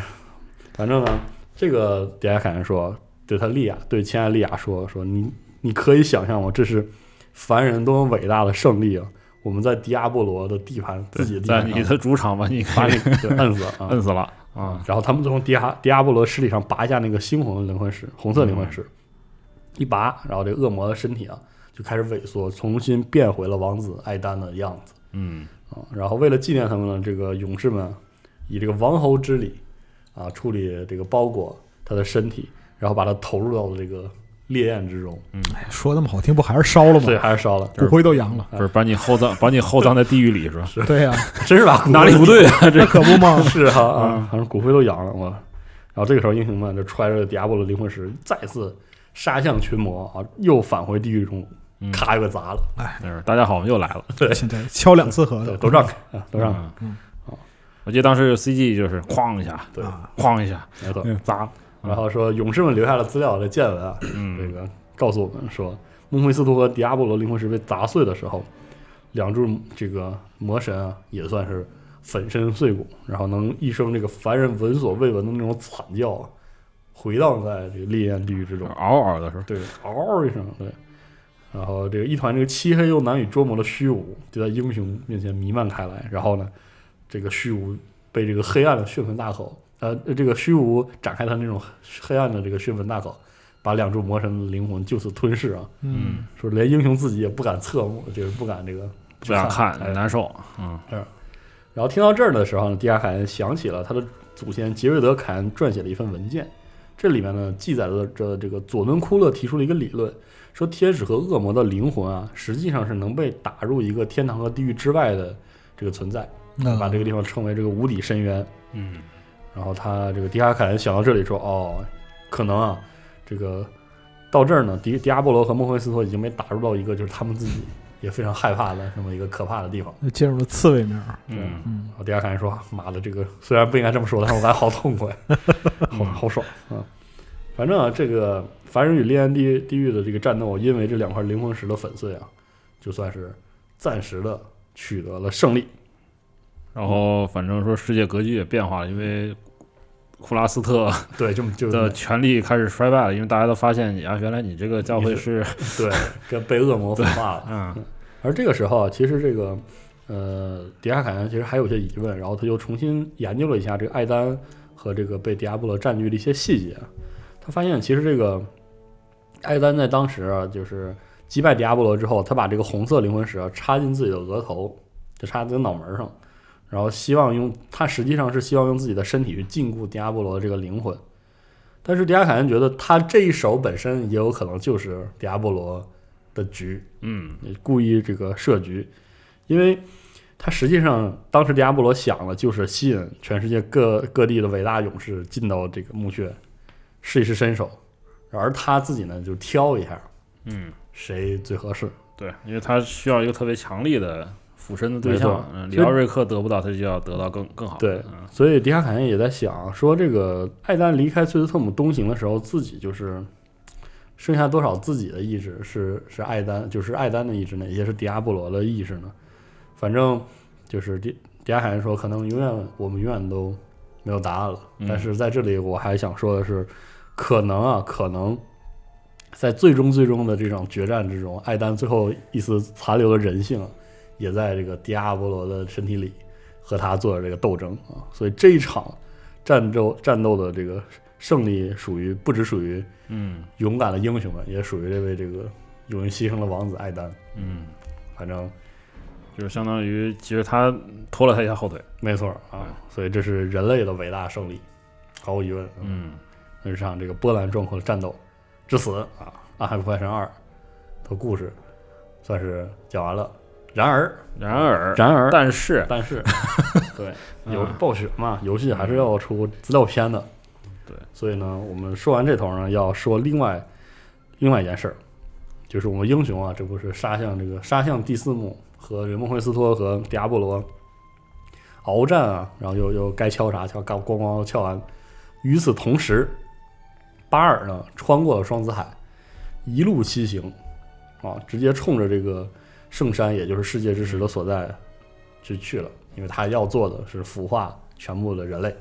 S2: 反正呢，这个迪亚凯恩说，对他利亚，对亲爱的利亚说，说你你可以想象吗？这是凡人多么伟大的胜利啊！我们在迪亚波罗的地盘， 自己的地
S4: 在
S2: 盘
S4: 你
S2: 上
S4: 的主场把你
S2: 把
S4: 把
S2: 你
S4: 你
S2: 就摁死了 啊！
S4: 摁死了
S2: 啊
S4: 啊！！
S2: 然后他们从迪亚迪亚波罗尸体上拔下那个猩红的灵魂石，红色灵魂石，一拔，然后这恶魔的身体啊就开始萎缩，重新变回了王子艾丹的样子。
S4: 嗯，
S2: 啊，然后为了纪念他们呢，这个勇士们以这个王侯之礼啊，处理这个包裹他的身体，然后把它投入到了这个烈焰之中，
S3: 说那么好听，不还是烧了吗
S2: 所以？还是烧啊了，
S3: 骨灰都扬了，
S4: 不是把你厚葬，把你厚葬在地狱里是吧？
S3: 对呀，
S2: 真是啊 吧？
S4: 哪里不对啊？这
S3: 那可 不嘛，
S2: 是哈
S4: 嗯
S2: 啊，反正骨灰都扬了我。然后这个时候，英雄们就揣着迪亚波罗灵魂石，再次杀向群魔啊，又返回地狱中，
S4: 嗯
S2: 咔又给砸了，
S4: 是大家好，我们又来了。
S3: 现在敲两次核
S2: 对，
S3: 的，
S2: 都让开啊，都让开，
S4: 嗯
S3: 嗯
S4: 我记得当时 CG 就是哐一下，
S2: 对，嗯
S3: 啊，
S4: 哐一下，
S2: 没错。
S4: 砸了。
S2: 然后说，勇士们留下了资料的见闻啊，这
S4: 嗯，
S2: 个告诉我们说，孟菲斯托和迪亚波罗灵魂石被砸碎的时候，两柱这个魔神啊，也算是粉身碎骨，然后能一声这个凡人闻所未闻的那种惨叫啊，回荡在这个烈焰地狱之中，
S4: 嗷嗷的是吧？
S2: 对，嗷嗷一声，对。然后这个一团这个漆黑又难以捉摸的虚无就在英雄面前弥漫开来，然后呢，这个虚无被这个黑暗的血盆大口，呃，这个虚无展开它那种黑暗的这个血盆大口，把两柱魔神的灵魂就此吞噬啊！
S3: 嗯，
S2: 说连英雄自己也不敢侧目，就是不敢这个
S4: 不想看，
S2: 哎
S4: 难受。嗯
S2: 然后听到这儿的时候呢，迪亚凯恩想起了他的祖先杰瑞德·凯恩撰写的一份文件，这里面呢记载了这这个佐敦·库勒提出了一个理论，说天使和恶魔的灵魂啊，实际上是能被打入一个天堂和地狱之外的这个存在，
S3: 那
S2: 把这个地方称为这个无底深渊。
S4: 嗯，
S2: 然后他这个迪亚凯恩想到这里说，哦，可能啊，这个到这儿呢，迪迪亚波罗和孟菲斯托已经被打入到一个就是他们自己也非常害怕的这么一个可怕的地方。
S3: 就进入了刺猬面儿，
S4: 嗯
S3: 嗯，
S2: 然后迪亚凯恩说：“妈的，这个虽然不应该这么说，但是我感觉好痛快，好好爽啊！反正啊，这个凡人与烈焰地地狱的这个战斗，因为这两块灵魂石的粉碎啊，就算是暂时的取得了胜利。
S4: 然后反正说世界格局也变化了，因为库拉斯特
S2: 对，就就
S4: 的权力开始衰败了，因为大家都发现你啊，原来你这个教会是
S2: 对，跟被恶魔腐化了。
S4: 嗯
S2: 而这个时候啊，其实这个呃，迪亚凯恩其实还有一些疑问，然后他又重新研究了一下这个艾丹和这个被迪亚波罗占据的一些细节。他发现其实这个艾丹在当时啊，就是击败迪亚波罗之后，他把这个红色灵魂石啊插进自己的额头，就插在自己脑门上，然后希望用他实际上是希望用自己的身体去禁锢迪亚波罗的这个灵魂。但是迪亚凯恩觉得他这一手本身也有可能就是迪亚波罗的局，
S4: 嗯，
S2: 故意这个设局，因为他实际上当时迪亚波罗想的就是吸引全世界各各地的伟大勇士进到这个墓穴，试一试身手，而他自己呢就挑一下，
S4: 嗯，
S2: 谁最合适。
S4: 对，因为他需要一个特别强力的附身的对
S2: 没
S4: 象
S2: 错，
S4: 嗯，
S2: 其
S4: 里
S2: 实
S4: 奥瑞克得不到，他就要得到更更好的，
S2: 对
S4: 嗯
S2: 所以迪卡凯恩也在想说，这个艾丹离开崔斯特姆东行的时候，自己就是剩下多少自己的意志是是艾丹，就是艾丹的意志呢，也是迪亚波罗的意志呢？反正就是迪迪亚凯恩说，可能永远我们永远都没有答案了。
S4: 嗯
S2: 但是在这里，我还想说的是，可能啊，可能在最终最终的这场决战之中，艾丹最后一丝残留的人性啊，也在这个迪亚波罗的身体里和他做了这个斗争啊。所以这一场战斗战斗的这个胜利，属于不只属于
S4: 嗯
S2: 勇敢的英雄们，也属于这位这个勇于牺牲的王子艾丹。
S4: 嗯，
S2: 反正
S4: 就是相当于其实他拖了他一下后腿，
S2: 没错啊，所以这是人类的伟大胜利，毫无疑问。嗯
S4: 嗯，
S2: 那是场这个波兰壮阔的战斗至此啊，《暗海破坏神二》的故事算是讲完了。然而，
S4: 然而
S2: 然而，
S4: 但是
S2: 但是， 对，
S4: 嗯
S2: 有暴雪嘛，游戏还是要出资料片的。
S4: 对，
S2: 所以呢，我们说完这头呢，要说另外另外一件事儿，就是我们英雄啊，这不是杀向这个杀向第四幕和这个孟奎斯托和迪亚波罗鏖战啊，然后又又该敲啥敲，咣咣咣敲完。与此同时，巴尔呢穿过了双子海，一路西行啊，直接冲着这个圣山，也就是世界之石的所在就去了，因为他要做的是腐化全部的人类。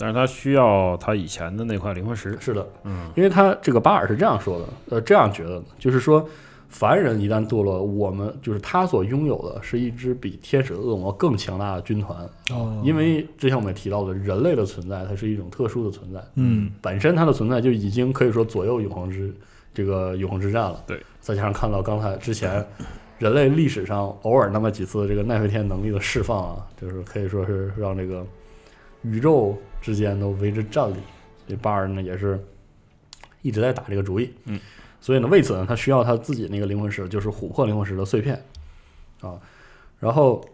S4: 但是他需要他以前的那块灵魂石，
S2: 是的，
S4: 嗯
S2: 因为他这个巴尔是这样说的，呃，这样觉得的，就是说，凡人一旦堕落，我们就是他所拥有的是一支比天使、恶魔更强大的军团，
S3: 哦，
S2: 因为之前我们也提到了，人类的存在它是一种特殊的存在，
S3: 嗯
S2: 本身它的存在就已经可以说左右永恒之这个永恒之战了。
S4: 对，
S2: 再加上看到刚才之前人类历史上偶尔那么几次这个奈飞天能力的释放啊，就是可以说是让这个宇宙之间都为之站立。所以巴尔呢也是一直在打这个主意。
S4: 嗯，
S2: 所以呢，为此呢，他需要他自己那个灵魂石，就是琥珀灵魂石的碎片啊。然后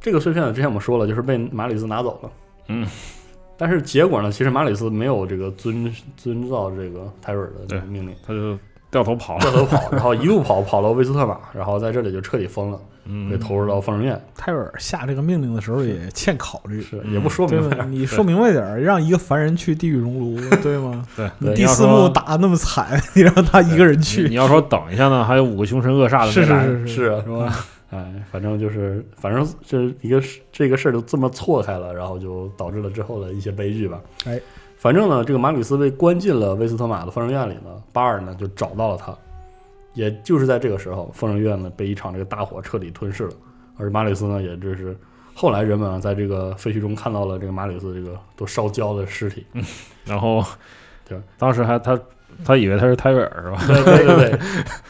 S2: 这个碎片呢，之前我们说了，就是被马里斯拿走了。
S4: 嗯。
S2: 但是结果呢？其实马里斯没有这个遵遵照这个泰瑞尔的这个
S4: 对
S2: 命令，
S4: 他就掉头跑了，
S2: 掉头跑，然后一路跑跑到威斯特玛，然后在这里就彻底疯了，被
S4: 嗯，
S2: 投入到疯人院。
S3: 泰尔下这个命令的时候也欠考虑，
S2: 是，
S4: 嗯
S2: 也不说
S3: 对
S2: 明白。
S3: 吧？你说明白点儿，让一个凡人去地狱熔炉，嗯对吗？
S4: 对，
S3: 你
S2: 对
S3: 第
S4: 要
S3: 四幕
S4: 说
S3: 打那么惨，你让他一个人
S4: 你
S3: 去
S4: 你，要说等一下呢，还有五个凶神恶煞的
S3: 是
S4: 没来，
S3: 是是
S2: 是啊，是吧？ 哎，反正就是，反正这一个事这个事儿就这么错开了，然后就导致了之后的一些悲剧吧。
S3: 哎，
S2: 反正呢，这个马里斯被关进了威斯特玛的疯人院里呢，巴尔呢就找到了他。也就是在这个时候，疯人院呢被一场这个大火彻底吞噬了，而马里斯呢，也就是后来人们啊在这个废墟中看到了这个马里斯这个都烧焦的尸体。
S4: 然后
S2: 对，
S4: 当时还他他以为他是泰瑞尔是吧？
S2: 对对对，对，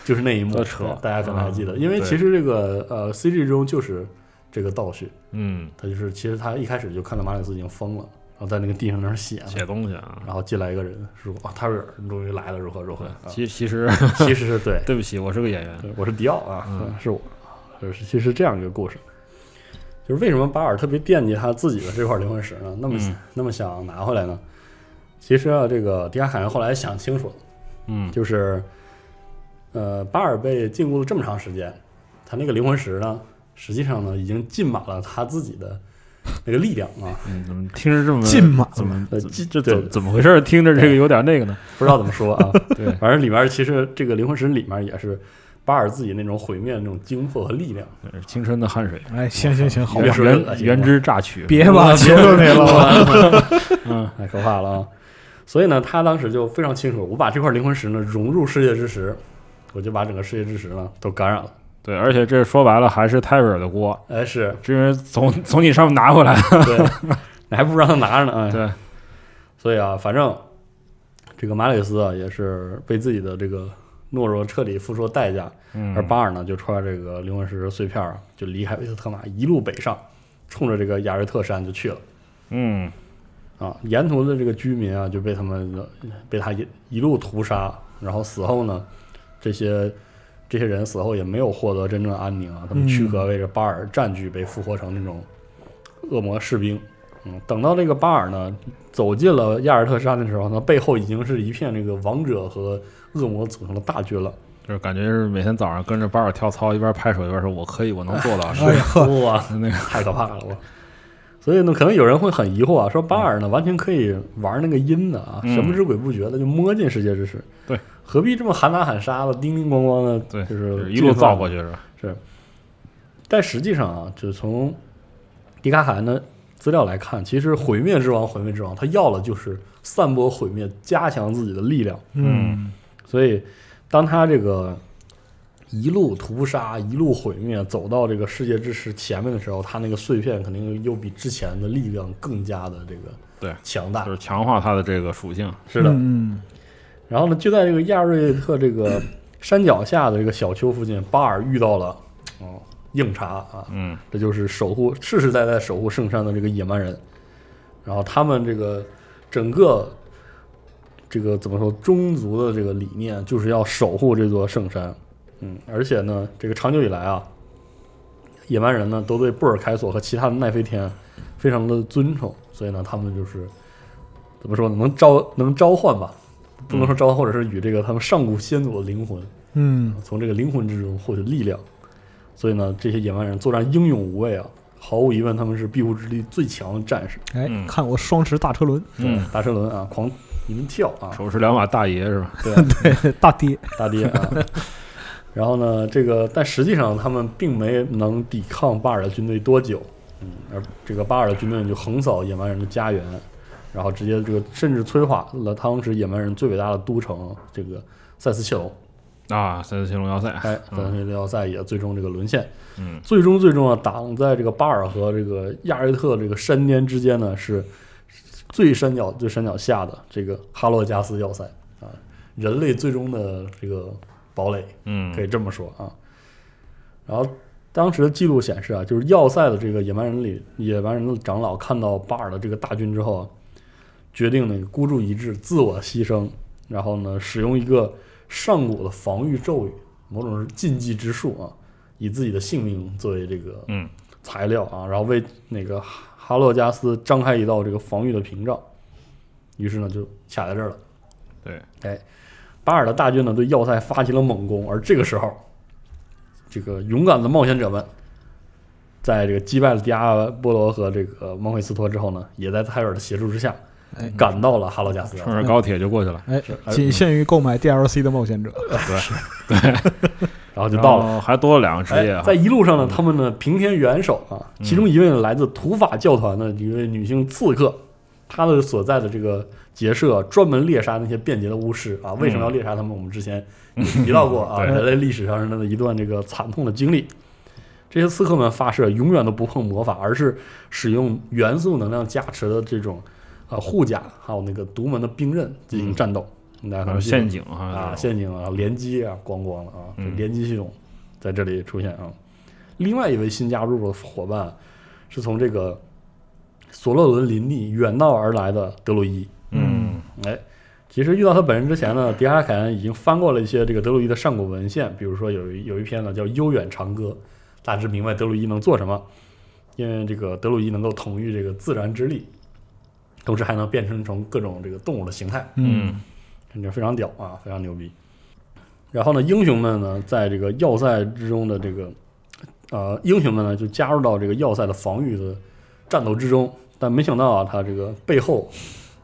S2: 就是那一幕
S4: 多扯
S2: 大家可能还记得，
S4: 嗯
S2: 因为
S4: 对
S2: 其实这个呃 CG 中就是这个倒叙，
S4: 嗯，
S2: 他就是其实他一开始就看到马里斯已经疯了，然后在那个地上那儿写呢，
S4: 写东西啊，
S2: 然后进来一个人说啊，泰瑞尔你终于来了，如何如何？啊
S4: 其其实 ，
S2: 其实是对
S4: 对不起，我是个演员，
S2: 对我是迪奥啊，
S4: 嗯
S2: 是我，就是其实这样一个故事。就是为什么巴尔特别惦记他自己的这块灵魂石呢？那么、
S4: 嗯
S2: 那么想拿回来呢？其实啊，这个迪亚凯恩后来想清楚了，
S4: 嗯
S2: 就是，呃，巴尔被禁锢了这么长时间，他那个灵魂石呢，实际上呢，已经浸满了他自己的那个力量啊，
S4: 嗯，怎么听着这么
S3: 进嘛
S4: 怎么
S2: 呃
S4: 怎
S2: 进
S4: 这
S2: 对
S4: 怎怎么回事？听着这个有点那个呢，
S2: 不知道怎么说啊，
S4: 对，
S2: 反正里面其实这个灵魂石里面也是巴尔自己那种毁灭的那种精魄和力量，
S4: 青春的汗水，
S3: 哎，行行行，好吧
S2: 别，说这个
S4: 原原汁榨取，
S3: 别吧，求求你了吧。
S4: 嗯
S2: 太可怕了啊！所以呢，他当时就非常清楚，我把这块灵魂石呢融入世界之石，我就把整个世界之石呢都感染了，
S4: 对，而且这说白了还是泰瑞尔的锅，
S2: 哎，是
S4: 这人从从你上面拿回 来。
S2: 对，你 还不如让他拿着呢。哎、
S4: 对，
S2: 所以啊，反正这个马里斯啊，也是为自己的这个懦弱彻底付出了代价。
S4: 嗯
S2: 而巴尔呢，就穿着这个灵魂石碎片啊，就离开维斯特玛，一路北上，冲着这个亚瑞特山就去了。
S4: 嗯，
S2: 啊，沿途的这个居民啊，就被他们被他一一路屠杀，然后死后呢，这些这些人死后也没有获得真正的安宁啊，他们躯壳被这巴尔占据，被复活成那种恶魔士兵。嗯，等到这个巴尔呢走进了亚尔特山的时候呢，背后已经是一片这个王者和恶魔组成的大军了。
S4: 就是感觉是每天早上跟着巴尔跳操，一边拍手一边说：“我可以，我能做到。”是
S3: 哎呀呵，
S2: 哇，
S4: 那个
S2: 太可怕了我。所以呢，可能有人会很疑惑啊，说巴尔呢完全可以玩那个阴的啊，
S4: 嗯
S2: 神不知鬼不觉的就摸进世界之石，
S4: 对，
S2: 何必这么喊打喊杀的，叮叮咣咣的，
S4: 对，
S2: 就
S4: 就是是一路造过
S2: 去。
S4: 去是吧？
S2: 但实际上啊，就是从迪卡海恩的资料来看，其实毁灭之王，毁灭之王，他要的就是散播毁灭，加强自己的力量。
S4: 嗯
S2: 所以，当他这个一路屠杀、一路毁灭，走到这个世界之石前面的时候，他那个碎片肯定又比之前的力量更加的这个
S4: 对
S2: 强大
S4: 就。是强化它的这个属性。
S2: 是的。
S3: 嗯，
S2: 然后呢，就在这个亚瑞特这个山脚下的这个小丘附近，巴尔遇到了哦硬茬啊，
S4: 嗯
S2: 这就是守护世世代代守护圣山的这个野蛮人。然后他们这个整个这个怎么说，宗族的这个理念就是要守护这座圣山。嗯，而且呢，这个长久以来啊，野蛮人呢都对布尔凯索和其他的奈飞天非常的尊崇，所以呢，他们就是怎么说呢，能召能召唤吧，不能说召唤，或者是与这个他们上古先祖的灵魂，
S3: 嗯
S2: 从这个灵魂之中获取力量。所以呢，这些野蛮人作战英勇无畏啊，毫无疑问，他们是庇护之地最强的战士。
S3: 哎
S4: 嗯，
S3: 看我双持大车轮，
S4: 嗯，
S2: 大车轮啊，狂你们跳啊，
S4: 手持两把大爷是吧？
S2: 对，啊
S3: 大爹，
S2: 大爹啊。然后呢，这个但实际上他们并没能抵抗巴尔的军队多久，嗯，而这个巴尔的军队就横扫野蛮人的家园，然后直接这个甚至摧毁了当时野蛮人最伟大的都城这个塞斯切隆。
S4: 啊，三四七龙要塞。
S2: 哎，咱
S4: 嗯
S2: 这奥赛也最终这个沦陷，
S4: 嗯
S2: 最终最终啊，挡在这个巴尔和这个亚瑞特这个山巅之间呢，是最山脚最山脚下的这个哈洛加斯要塞啊，人类最终的这个堡垒，
S4: 嗯，
S2: 可以这么说啊。然后当时的记录显示啊，就是要塞的这个野蛮人里，野蛮人的长老看到巴尔的这个大军之后啊，决定呢孤注一掷，自我牺牲，然后呢使用一个上古的防御咒语，某种是禁忌之术啊，以自己的性命作为这个
S4: 嗯
S2: 材料啊，然后为那个哈洛加斯张开一道这个防御的屏障，于是呢就卡在这儿了。
S4: 对，
S2: 哎，巴尔的大军呢对要塞发起了猛攻，而这个时候，这个勇敢的冒险者们，在这个击败了迪亚波罗和这个孟惠斯托之后呢，也在泰尔的协助之下
S3: 哎，
S2: 赶到了哈洛加斯要塞。
S4: 乘着高铁就过去了。
S3: 哎
S2: 是，哎
S3: 仅限于购买 DLC 的冒险者，
S2: 然后就到了。
S4: 了，还多了两个职业
S2: 哎，
S4: 啊。
S2: 在一路上呢，他们呢平添援手啊，其中一位来自土法教团的一位女性刺客，她的所在的这个结社啊专门猎杀那些便捷的巫师啊。为什么要猎杀他们？我们之前也提到过啊，
S4: 嗯 对
S2: 人类历史上的一段这个惨痛的经历。这些刺客们发誓啊永远都不碰魔法，而是使用元素能量加持的这种呃护甲，还有那个独门的兵刃进行战斗。大家可
S4: 嗯还
S2: 能
S4: 有
S2: 记得
S4: 陷阱哈
S2: 啊，
S4: 这种
S2: 陷阱啊，联机啊，咣咣的啊，这
S4: 嗯
S2: 联机系统在这里出现啊。另外一位新加入的伙伴是从这个索洛伦林地远道而来的德鲁伊。
S4: 嗯
S2: 哎，其实遇到他本人之前呢，迪哈凯恩已经翻过了一些这个德鲁伊的上古文献，比如说有一有一篇呢叫《悠远长歌》，大致明白德鲁伊能做什么，因为这个德鲁伊能够统御这个自然之力，同时还能变身成各种这个动物的形态。
S4: 嗯
S2: 感觉非常屌啊，非常牛逼。然后呢，英雄们呢，在这个要塞之中的这个，呃，英雄们呢就加入到这个要塞的防御的战斗之中，但没想到啊，他这个背后，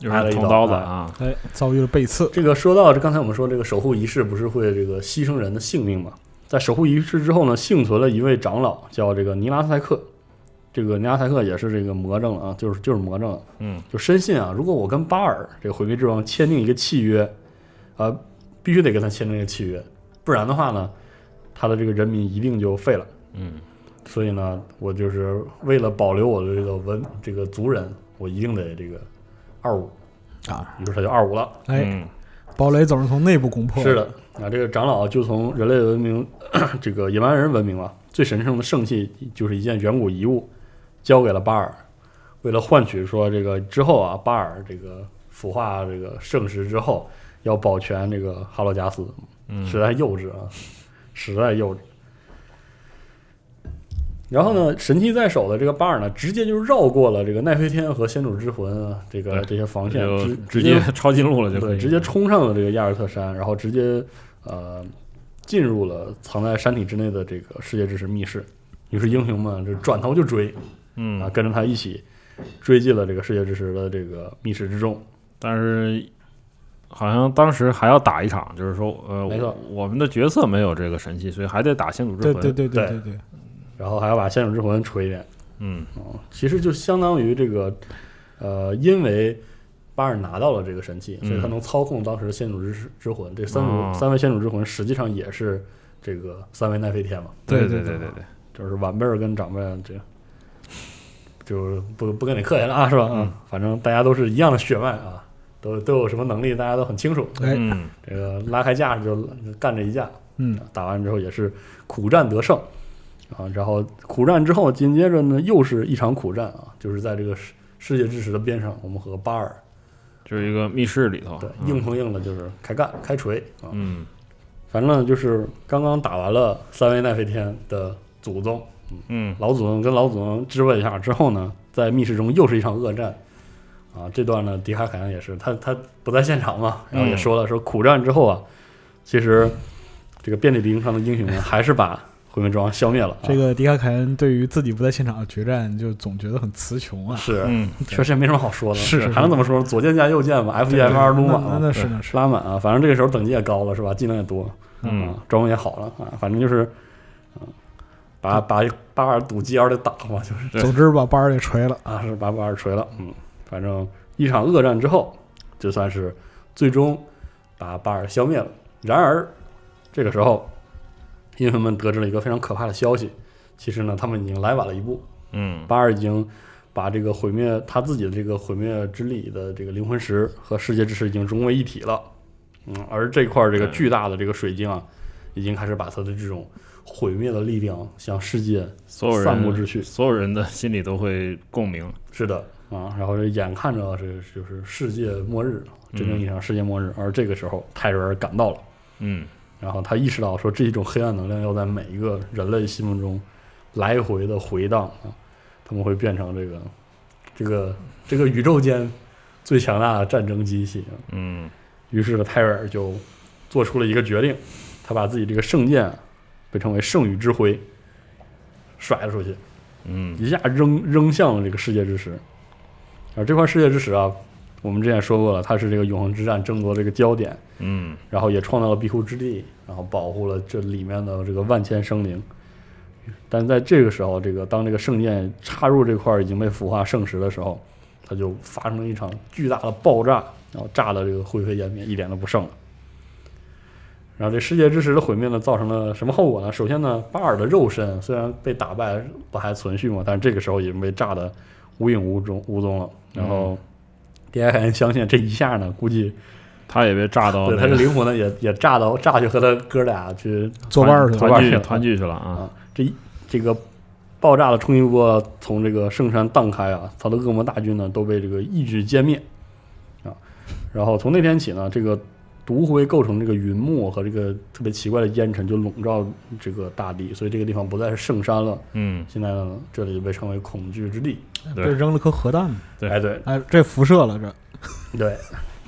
S4: 有人捅刀子啊，
S3: 哎，遭遇了背刺，
S2: 这个说到这刚才我们说这个守护仪式不是会这个牺牲人的性命嘛，在守护仪式之后呢，幸存了一位长老叫这个尼拉塞克，这个尼拉塞克也是这个魔怔了啊，就是就是魔怔了，
S4: 嗯，
S2: 就深信啊，如果我跟巴尔这个毁灭之王签订一个契约，啊、必须得跟他签订一个契约，不然的话呢，他的这个人民一定就废了。
S4: 嗯，
S2: 所以呢，我就是为了保留我的这个文这个族人，我一定得这个二五
S3: 啊，
S2: 于是他就二五了。
S3: 哎，
S4: 嗯
S3: 堡垒总是从内部攻破。
S2: 是，的，那这个长老就从人类文明，这个野蛮人文明啊，最神圣的圣器就是一件远古遗物，交给了巴尔，为了换取说这个之后啊，巴尔这个腐化这个圣石之后，要保全这个哈洛加斯，
S4: 嗯
S2: 实在幼稚啊，实在幼稚。然后呢，神器在手的这个巴尔呢，直接就绕过了这个奈飞天和先祖之魂啊，这个
S4: 对
S2: 这些防线，
S4: 就
S2: 直
S4: 直接抄近路了就可
S2: 对，
S4: 以，
S2: 直接冲上了这个亚尔特山，然后直接呃进入了藏在山体之内的这个世界之石密室。于是英雄们就转头就追啊，
S4: 嗯，
S2: 跟着他一起追进了这个世界之石的这个密室之中。
S4: 但是好像当时还要打一场，就是说呃，
S2: 没错
S4: 我，我们的角色没有这个神器，所以还得打先祖之
S3: 对
S4: 魂，
S3: 对对对
S2: 对
S3: 对对，
S2: 然后还要把先手之魂锤一遍，哦
S4: 嗯
S2: 其实就相当于这个，呃，因为巴尔拿到了这个神器，所以他能操控当时的先祖之之魂。这三主、
S4: 嗯哦
S2: 三位先祖之魂实际上也是这个三位奈飞天嘛，
S4: 对
S3: 对
S4: 对
S3: 对
S4: 对对，
S2: 就是晚辈儿跟长辈儿这，就是不不跟你客气了啊，是吧？
S4: 嗯，
S2: 反正大家都是一样的血脉啊，都都有什么能力，大家都很清楚。
S3: 哎，
S4: 嗯
S2: 这个拉开架势就干这一架，
S3: 嗯，
S2: 打完之后也是苦战得胜啊。然后苦战之后，紧接着呢又是一场苦战啊，就是在这个世世界之石的边上，我们和巴尔
S4: 就是一个密室里头，
S2: 对
S4: 嗯
S2: 硬碰硬的，就是开干开锤啊。
S4: 嗯
S2: 反正就是刚刚打完了三位奈飞天的祖宗，
S4: 嗯
S2: 老祖宗跟老祖宗质问一下之后呢，在密室中又是一场恶战。啊，这段呢，迪卡凯恩也是，他他不在现场嘛，然后也说了，说苦战之后啊，其实这个遍地鳞伤的英雄们还是把毁灭之王消灭了、啊。
S3: 这个迪卡凯恩对于自己不在现场的决战，就总觉得很词穷啊。
S2: 是、
S4: 嗯，
S2: 确实也没什么好说的，
S3: 是是
S2: 还能怎么说？左键加右键吧，F
S3: 对
S2: 键 F 二
S3: 对
S2: 撸满
S3: 那那
S2: 了，
S3: 那是那是，
S2: 拉满啊，反正这个时候等级也高了是吧？技能也多，
S4: 嗯
S2: 啊，装备也好了啊，反正就是，嗯、把把巴尔堵 G R 的打嘛，就是。
S4: 对
S3: 总之把巴尔给锤了。
S2: 啊，是把把尔锤了。嗯，反正一场恶战之后，就算是最终把巴尔消灭了。然而，这个时候，英雄们得知了一个非常可怕的消息。其实呢，他们已经来晚了一步，
S4: 嗯
S2: 巴尔已经把这个毁灭他自己的这个毁灭之力的这个灵魂石和世界之石已经融为一体了。嗯，而这块儿这个
S4: 对
S2: 巨大的这个水晶啊，已经开始把它的这种毁灭的力量向世界
S4: 所有人
S2: 散布秩序
S4: 所有人的心里都会共鸣。
S2: 是的啊，然后这眼看着是就是世界末日，真正意义上世界末日。而这个时候，泰瑞尔赶到了，
S4: 嗯
S2: 然后他意识到说，这一种黑暗能量要在每一个人类心目中来回的回荡啊，他们会变成这个这个这个宇宙间最强大的战争机器啊。
S4: 嗯
S2: 于是呢，泰瑞尔就做出了一个决定，他把自己这个圣剑啊被称为圣雨之辉甩了出去。
S4: 嗯
S2: 一下扔扔向了这个世界之石。而这块世界之石啊，我们之前说过了，它是这个永恒之战争夺这个焦点，
S4: 嗯
S2: 然后也创造了庇护之地，然后保护了这里面的这个万千生灵。但在这个时候，这个当这个圣剑插入这块已经被腐化圣石的时候，它就发生了一场巨大的爆炸，然后炸的这个灰飞烟灭，一点都不剩了。然后这世界之石的毁灭呢，造成了什么后果呢？首先呢，巴尔的肉身虽然被打败，不还存续吗？但是这个时候已经被炸得无影无踪无踪了。然后，迪埃海恩相信这一下呢，估计
S4: 他也被炸到
S2: 对，
S4: 哦那
S2: 他这
S4: 个
S2: 灵魂呢也也炸到炸去和他哥俩去
S3: 作伴儿去
S2: 团
S3: 了，
S4: 团
S2: 去
S4: 聚
S2: 了
S4: 团聚去了啊。
S2: 啊，这一这个爆炸的冲击波从这个圣山荡开啊，他的恶魔大军呢都被这个一举歼灭啊。然后从那天起呢，这个毒灰构成这个云幕和这个特别奇怪的烟尘就笼罩这个大地，所以这个地方不再是圣山了，
S4: 嗯，
S2: 现在呢这里就被称为恐惧之地。
S4: 对
S3: 被扔了颗核弹嘛。
S4: 对
S2: 哎，对
S3: 哎，这辐射了，这
S2: 对，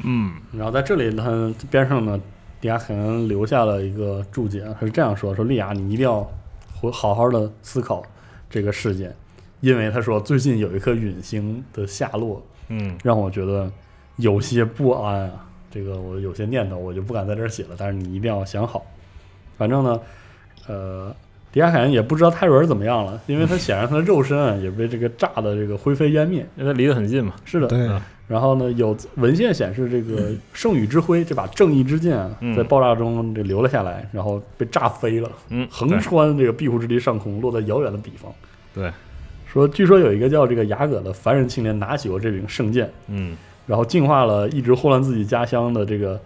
S4: 嗯
S2: 然后在这里呢，他边上呢，迪亚肯恩留下了一个注解，他是这样说：说莉亚，你一定要回好好的思考这个事件，因为他说最近有一颗陨星的下落
S4: 嗯
S2: 让我觉得有些不安啊，这个我有些念头我就不敢在这儿写了，但是你一定要想好。反正呢，呃，迪亚凯恩也不知道泰瑞尔怎么样了，因为他显然他的肉身啊也被这个炸的这个灰飞烟灭。
S4: 因为它离得很近嘛。
S2: 是的，
S3: 对，
S4: 嗯
S2: 然后呢，有文献显示，这个圣雨之辉这把正义之剑啊
S4: 嗯
S2: 在爆炸中这留了下来，然后被炸飞了，
S4: 嗯，
S2: 横穿这个庇护之地上空，落在遥远的彼方。
S4: 对，
S2: 说据说有一个叫这个雅葛的凡人青年拿起过这柄圣剑，
S4: 嗯
S2: 然后净化了一直混乱自己家乡的这个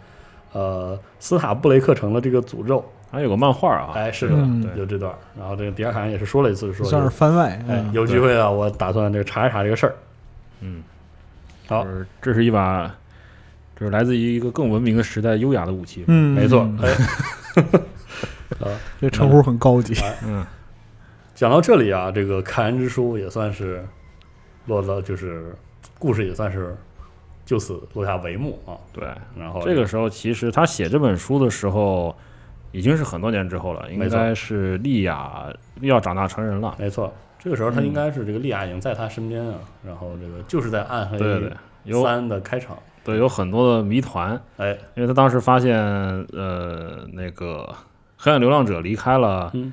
S2: 呃斯塔布雷克城的这个诅咒。
S4: 还有个漫画啊，
S2: 哎，是的，
S3: 嗯
S2: 有这段儿。然后这个迪亚卡恩也是说了一次，说
S3: 算是番外。
S2: 哎
S3: 嗯，
S2: 有机会啊，我打算这个查一查这个事儿。
S4: 嗯，
S2: 好
S4: 就是这是一把，就是来自于一个更文明的时代优雅的武器。
S3: 嗯，
S2: 没错，哎，
S3: 这称呼很高级。
S4: 嗯，
S2: 讲到这里啊，这个《凯恩之书》也算是落到，就是故事也算是就此落下帷幕啊。
S4: 对，
S2: 然后
S4: 这个时候其实他写这本书的时候，已经是很多年之后了，应
S2: 没错
S4: 该是莉亚要长大成人了。
S2: 没错，这个时候他应该是这个莉亚已经在他身边啊，然后这个就是在《暗黑
S4: 对对对，有
S2: 三》的开场，
S4: 对有很多的谜团，
S2: 哎，
S4: 因为他当时发现，呃，那个黑暗流浪者离开了
S2: 嗯，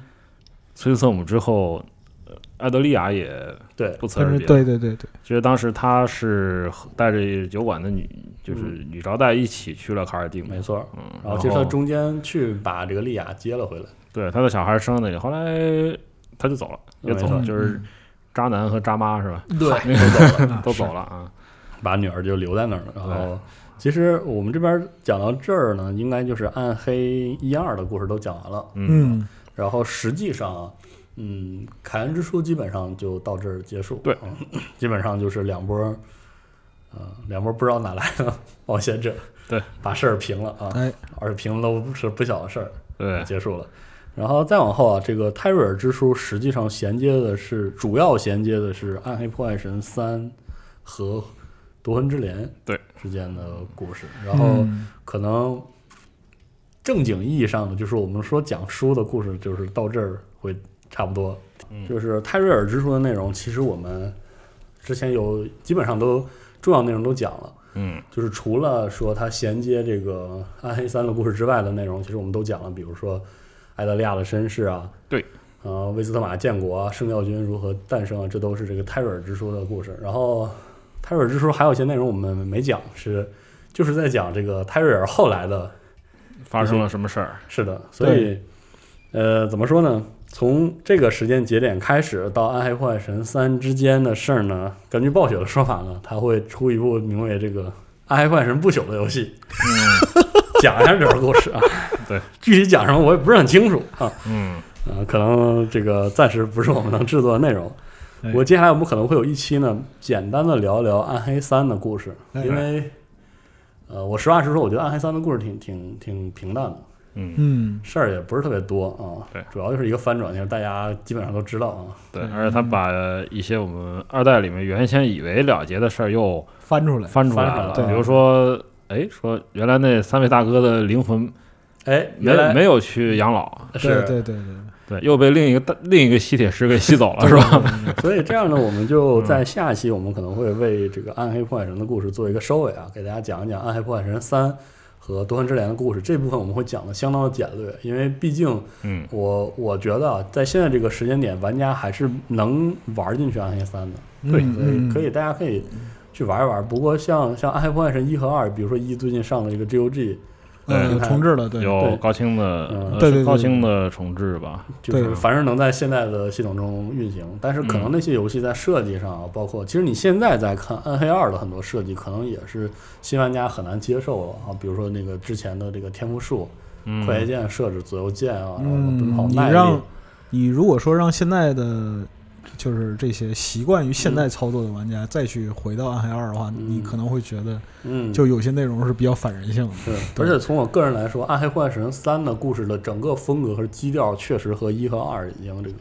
S4: 崔斯特姆之后，呃艾德利亚也
S2: 对，
S4: 不辞
S3: 但
S4: 而
S3: 是
S4: 别。
S3: 对对对对，
S4: 其实当时他是带着酒馆的女，就是女招待一起去了卡尔蒂
S2: 嗯
S4: 姆。
S2: 没错。
S4: 嗯，
S2: 然后其实他中间去把这个莉亚接了回来，
S4: 对他的小孩生的，后来他就走了，也走
S2: 没
S4: 了，
S3: 错
S4: 就是渣男和渣妈是吧？
S2: 对，都走了，
S4: 都走了啊。
S2: 把女儿就留在那儿了。然后其实我们这边讲到这儿呢，应该就是《暗黑一二》的故事都讲完了。
S4: 嗯，
S3: 嗯，
S2: 然后实际上啊，嗯，凯恩之书基本上就到这儿结束。
S4: 对
S2: 嗯，基本上就是两波，呃，两波不知道哪来的冒险者，
S4: 对，
S2: 把事儿平了啊，
S3: 哎，
S2: 而且平了都不是不小的事儿，
S4: 对，
S2: 结束了。然后再往后啊，这个泰瑞尔之书实际上衔接的是主要衔接的是《暗黑破坏神三》和《夺魂之镰》
S4: 对
S2: 之间的故事，然后
S3: 嗯
S2: 可能正经意义上的，就是我们说讲书的故事，就是到这儿会差不多。
S4: 嗯
S2: 就是泰瑞尔之书的内容，其实我们之前有基本上都重要内容都讲了。
S4: 嗯，
S2: 就是除了说它衔接这个《暗黑三》的故事之外的内容，其实我们都讲了，比如说艾德利亚的身世啊，
S4: 对，
S2: 呃，威斯特玛建国啊，圣教军如何诞生啊，这都是这个泰瑞尔之书的故事。然后泰瑞尔之书还有一些内容我们没讲，是就是在讲这个泰瑞尔后来的，
S4: 发生了什么事儿？
S2: 是的，所以呃，怎么说呢？从这个时间节点开始到《暗黑破坏神三》之间的事儿呢，根据暴雪的说法呢，它会出一部名为这个《暗黑破坏神不朽》的游戏。
S4: 嗯。
S2: 讲一下这段故事啊
S4: 对，
S2: 具体讲什么我也不是很清楚啊。
S4: 嗯，
S2: 呃，可能这个暂时不是我们能制作的内容。
S3: 哎
S2: 我接下来我们可能会有一期呢，简单的聊一聊《暗黑三》的故事，
S3: 哎
S2: 因为呃，我实话实说，我觉得《暗黑三》的故事挺挺挺平淡的，
S4: 嗯，
S3: 嗯，
S2: 事儿也不是特别多啊。
S4: 对
S2: 主要就是一个翻转，就是大家基本上都知道啊。
S4: 对，而且他把一些我们二代里面原先以为了结的事儿又
S3: 翻出来，
S4: 翻出来
S2: 翻出来
S4: 了
S2: 了，
S3: 对
S4: 比如说，哎，说原来那三位大哥的灵魂
S2: 哎，
S4: 没
S2: 原来
S4: 没有去养老，
S2: 是
S3: 对对对对，
S4: 对，又被另一个大另一个吸铁石给吸走了，是吧？
S2: 所以这样呢，我们
S4: 嗯
S2: 就在下期，我们可能会为这个《暗黑破坏神》的故事做一个收尾啊，给大家讲一讲《暗黑破坏神三》和《夺魂之镰》的故事。这部分我们会讲的相当的简略，因为毕竟
S4: 嗯，
S2: 我我觉得啊，在现在这个时间点，玩家还是能玩进去《暗黑三》的，
S3: 对
S2: 所以可以，大家可以去玩一玩。不过像像《暗黑破坏神》一和二，比如说一最近上的这个 GOG，
S3: 嗯，
S2: 对
S3: 重置了，对，
S4: 有
S2: 对
S4: 高清的，
S2: 嗯
S4: 呃
S3: 对
S4: 是
S3: 对对
S4: 高
S3: 对
S4: 清的重置吧，
S2: 就是
S3: 对
S2: 凡是能在现在的系统中运行，但是可能那些游戏在设计上啊，包括其实你现在在看《暗黑二》的很多设计，可能也是新玩家很难接受了啊。比如说那个之前的这个天赋树、
S4: 嗯，
S2: 快捷键设置、左右键啊，然后奔跑
S3: 嗯，你
S2: 耐力
S3: 让，你如果说让现在的就是这些习惯于现代操作的玩家再去回到暗黑二的话，
S2: 嗯
S3: 你可能会觉得
S2: 嗯，
S3: 就有些内容是比较反人性的。
S2: 是。而且从我个人来说，《暗黑破坏神三》的故事的整个风格和基调，确实和一和二已经这个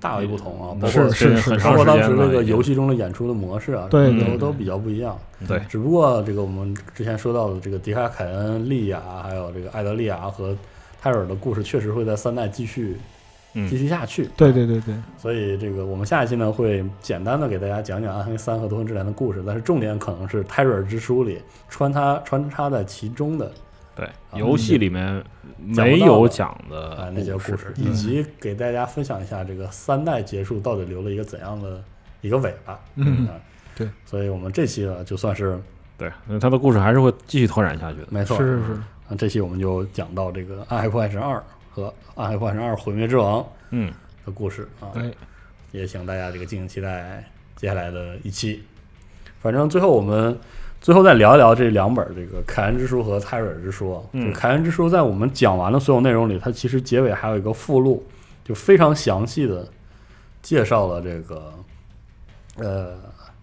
S2: 大为不同啊，包括
S4: 是
S3: 嗯是
S4: 很
S3: 是
S4: 长
S2: 包括
S4: 时间
S2: 当时
S4: 了
S2: 这个
S4: 已经
S2: 游戏中的演出的模式啊，
S3: 对
S4: 对
S2: 都
S4: 对
S2: 都比较不一样。
S4: 对
S2: 只不过这个我们之前说到的这个迪卡、凯恩、利亚，还有这个艾德利亚和泰尔的故事，确实会在三代继续
S4: 嗯
S2: 继续下去。
S3: 对对对对，
S2: 所以这个我们下一期呢会简单的给大家讲讲《暗黑三》和《夺魂之镰》的故事，但是重点可能是泰瑞尔之书里穿插穿插在其中的
S4: 对，
S2: 啊
S4: 游戏里面
S2: 讲
S4: 没
S2: 不到
S4: 有
S2: 的
S4: 讲的
S2: 啊那些
S4: 呃
S2: 故
S4: 故事
S2: 事，
S3: 嗯
S2: 以及给大家分享一下这个三代结束到底留了一个怎样的一个尾巴。
S3: 嗯
S2: 啊，
S3: 对，
S2: 所以我们这期呢，就算是
S4: 对，那他的故事还是会继续拓展下去的。
S2: 没错，嗯
S3: 是是是，
S2: 那这期我们就讲到这个《暗黑破坏神二》和《暗黑破坏神二：毁灭之王》
S4: 嗯，
S2: 的故事啊，
S3: 哎，
S2: 也请大家这个敬请期待接下来的一期。反正最后我们最后再聊一聊这两本这个《凯恩之书》和《泰瑞尔之书》啊。
S4: 嗯
S2: 这个凯恩之书》在我们讲完了所有内容里，它其实结尾还有一个附录，就非常详细的介绍了这个呃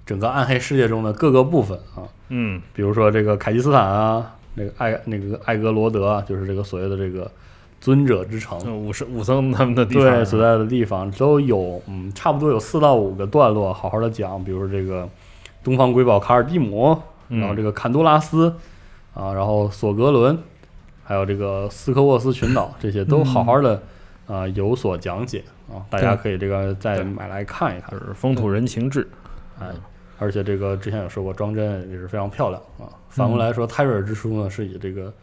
S2: 整个暗黑世界中的各个部分啊。
S4: 嗯，
S2: 比如说这个凯基斯坦啊，那个艾那个艾格罗德啊，就是这个所谓的这个尊者之城，
S4: 那武圣武僧他们的地
S2: 对
S4: 方，
S2: 所在的地方都有，嗯，差不多有四到五个段落，好好的讲，比如说这个东方瑰宝卡尔蒂姆，
S4: 嗯
S2: 然后这个坎多拉斯啊，然后索格伦，还有这个斯科沃斯群岛，这些都好好的啊、有所讲解啊，大家
S3: 对
S2: 可以这个再
S4: 对
S2: 买来看一看
S4: 就，是风土人情志。
S2: 哎，而且这个之前也说过，装帧也是非常漂亮啊。反
S4: 嗯
S2: 过来说，泰瑞尔之书呢是以这个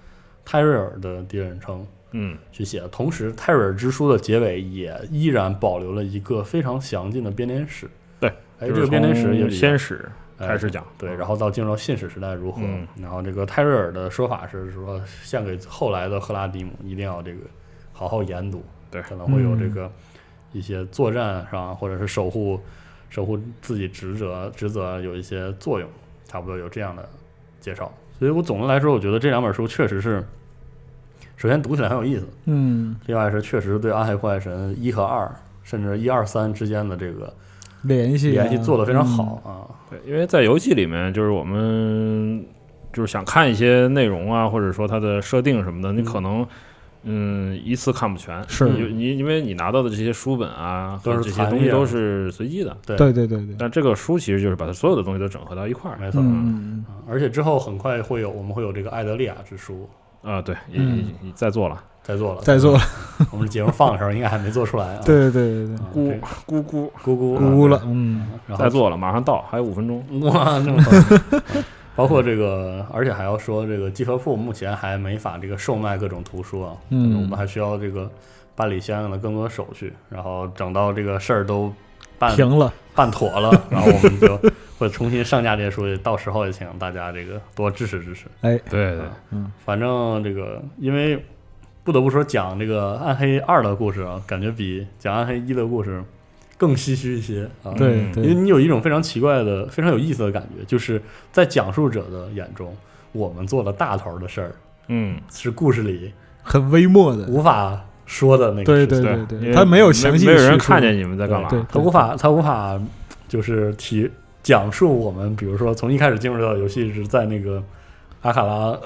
S2: 泰瑞尔的第一人称
S4: 嗯，
S2: 去写的，同时泰瑞尔之书的结尾也依然保留了一个非常详尽的编年史。
S4: 对，
S2: 哎，
S4: 就
S2: 这
S4: 是
S2: 个编年史
S4: 从
S2: 也是
S4: 先史
S2: 哎
S4: 开始讲，
S2: 对，然后到进入到信史时代如何，
S4: 嗯
S2: 然后这个泰瑞尔的说法是说献给后来的赫拉迪姆，一定要这个好好研读，
S4: 对
S2: 可能会有这个一些作战上或者是守护守护自己职责职责有一些作用，差不多有这样的介绍。所以我总的来说，我觉得这两本书确实是，首先读起来很有意思，
S3: 嗯，
S2: 另外是确实对《暗黑破坏神》一和二，甚至一二三之间的这个
S3: 联系啊
S2: 联系做得非常好，
S3: 嗯
S2: 啊。
S4: 对，因为在游戏里面，就是我们就是想看一些内容啊，或者说它的设定什么的，你可能嗯一次看不全，
S3: 是
S4: 你你因为你拿到的这些书本啊，
S2: 都
S4: 和
S2: 是
S4: 这些
S2: 残
S4: 东西
S2: 页
S4: 都
S2: 的
S4: 是随机的。
S2: 对
S3: 对对对对，
S4: 但这个书其实就是把它所有的东西都整合到一块儿
S2: 没错，
S3: 嗯，嗯
S2: 啊而且之后很快会有，我们会有这个《艾德利亚之书
S4: 啊，对，也
S3: 嗯
S4: 也也在做了，》
S2: 在做了，
S3: 在做，了，
S2: 我们节目放的时候应该还没做出来啊。
S3: 对对对对对，
S2: 啊，
S4: 咕
S2: 这
S4: 咕咕，
S2: 咕咕
S3: 咕咕，了
S2: 啊，
S3: 嗯，
S2: 对然后
S4: 在做了，马上到，还有五分钟。
S2: 哇，这么狠啊包括这个，而且还要说这个集合铺目前还没法这个售卖各种图书啊，
S3: 嗯
S2: 我们还需要这个办理相应的更多手续，然后等到这个事儿都办
S3: 停了，
S2: 办妥 了，然后我们就会重新上架这些书，到时候也请大家这个多支持支持。
S3: 哎，
S4: 对对
S2: 啊，反正这个，因为不得不说，讲这个《暗黑二》的故事啊，感觉比讲《暗黑一》的故事更唏嘘一些啊。
S3: 对
S2: 因为
S3: 对，
S2: 你有一种非常奇怪的、非常有意思的感觉，就是在讲述者的眼中，我们做了大头的事儿，
S4: 嗯，
S2: 是故事里
S3: 很微末的，
S2: 无法说的那个
S3: 对
S2: 事情。
S3: 对
S4: 对
S3: 对
S4: 因为
S3: 他没有详细
S4: 没
S3: 地
S4: 有人
S3: 叙述
S4: 看见你们在干嘛。
S3: 对
S2: 他无法，他无法就是提讲述我们，比如说从一开始进入到游戏是在那个阿卡拉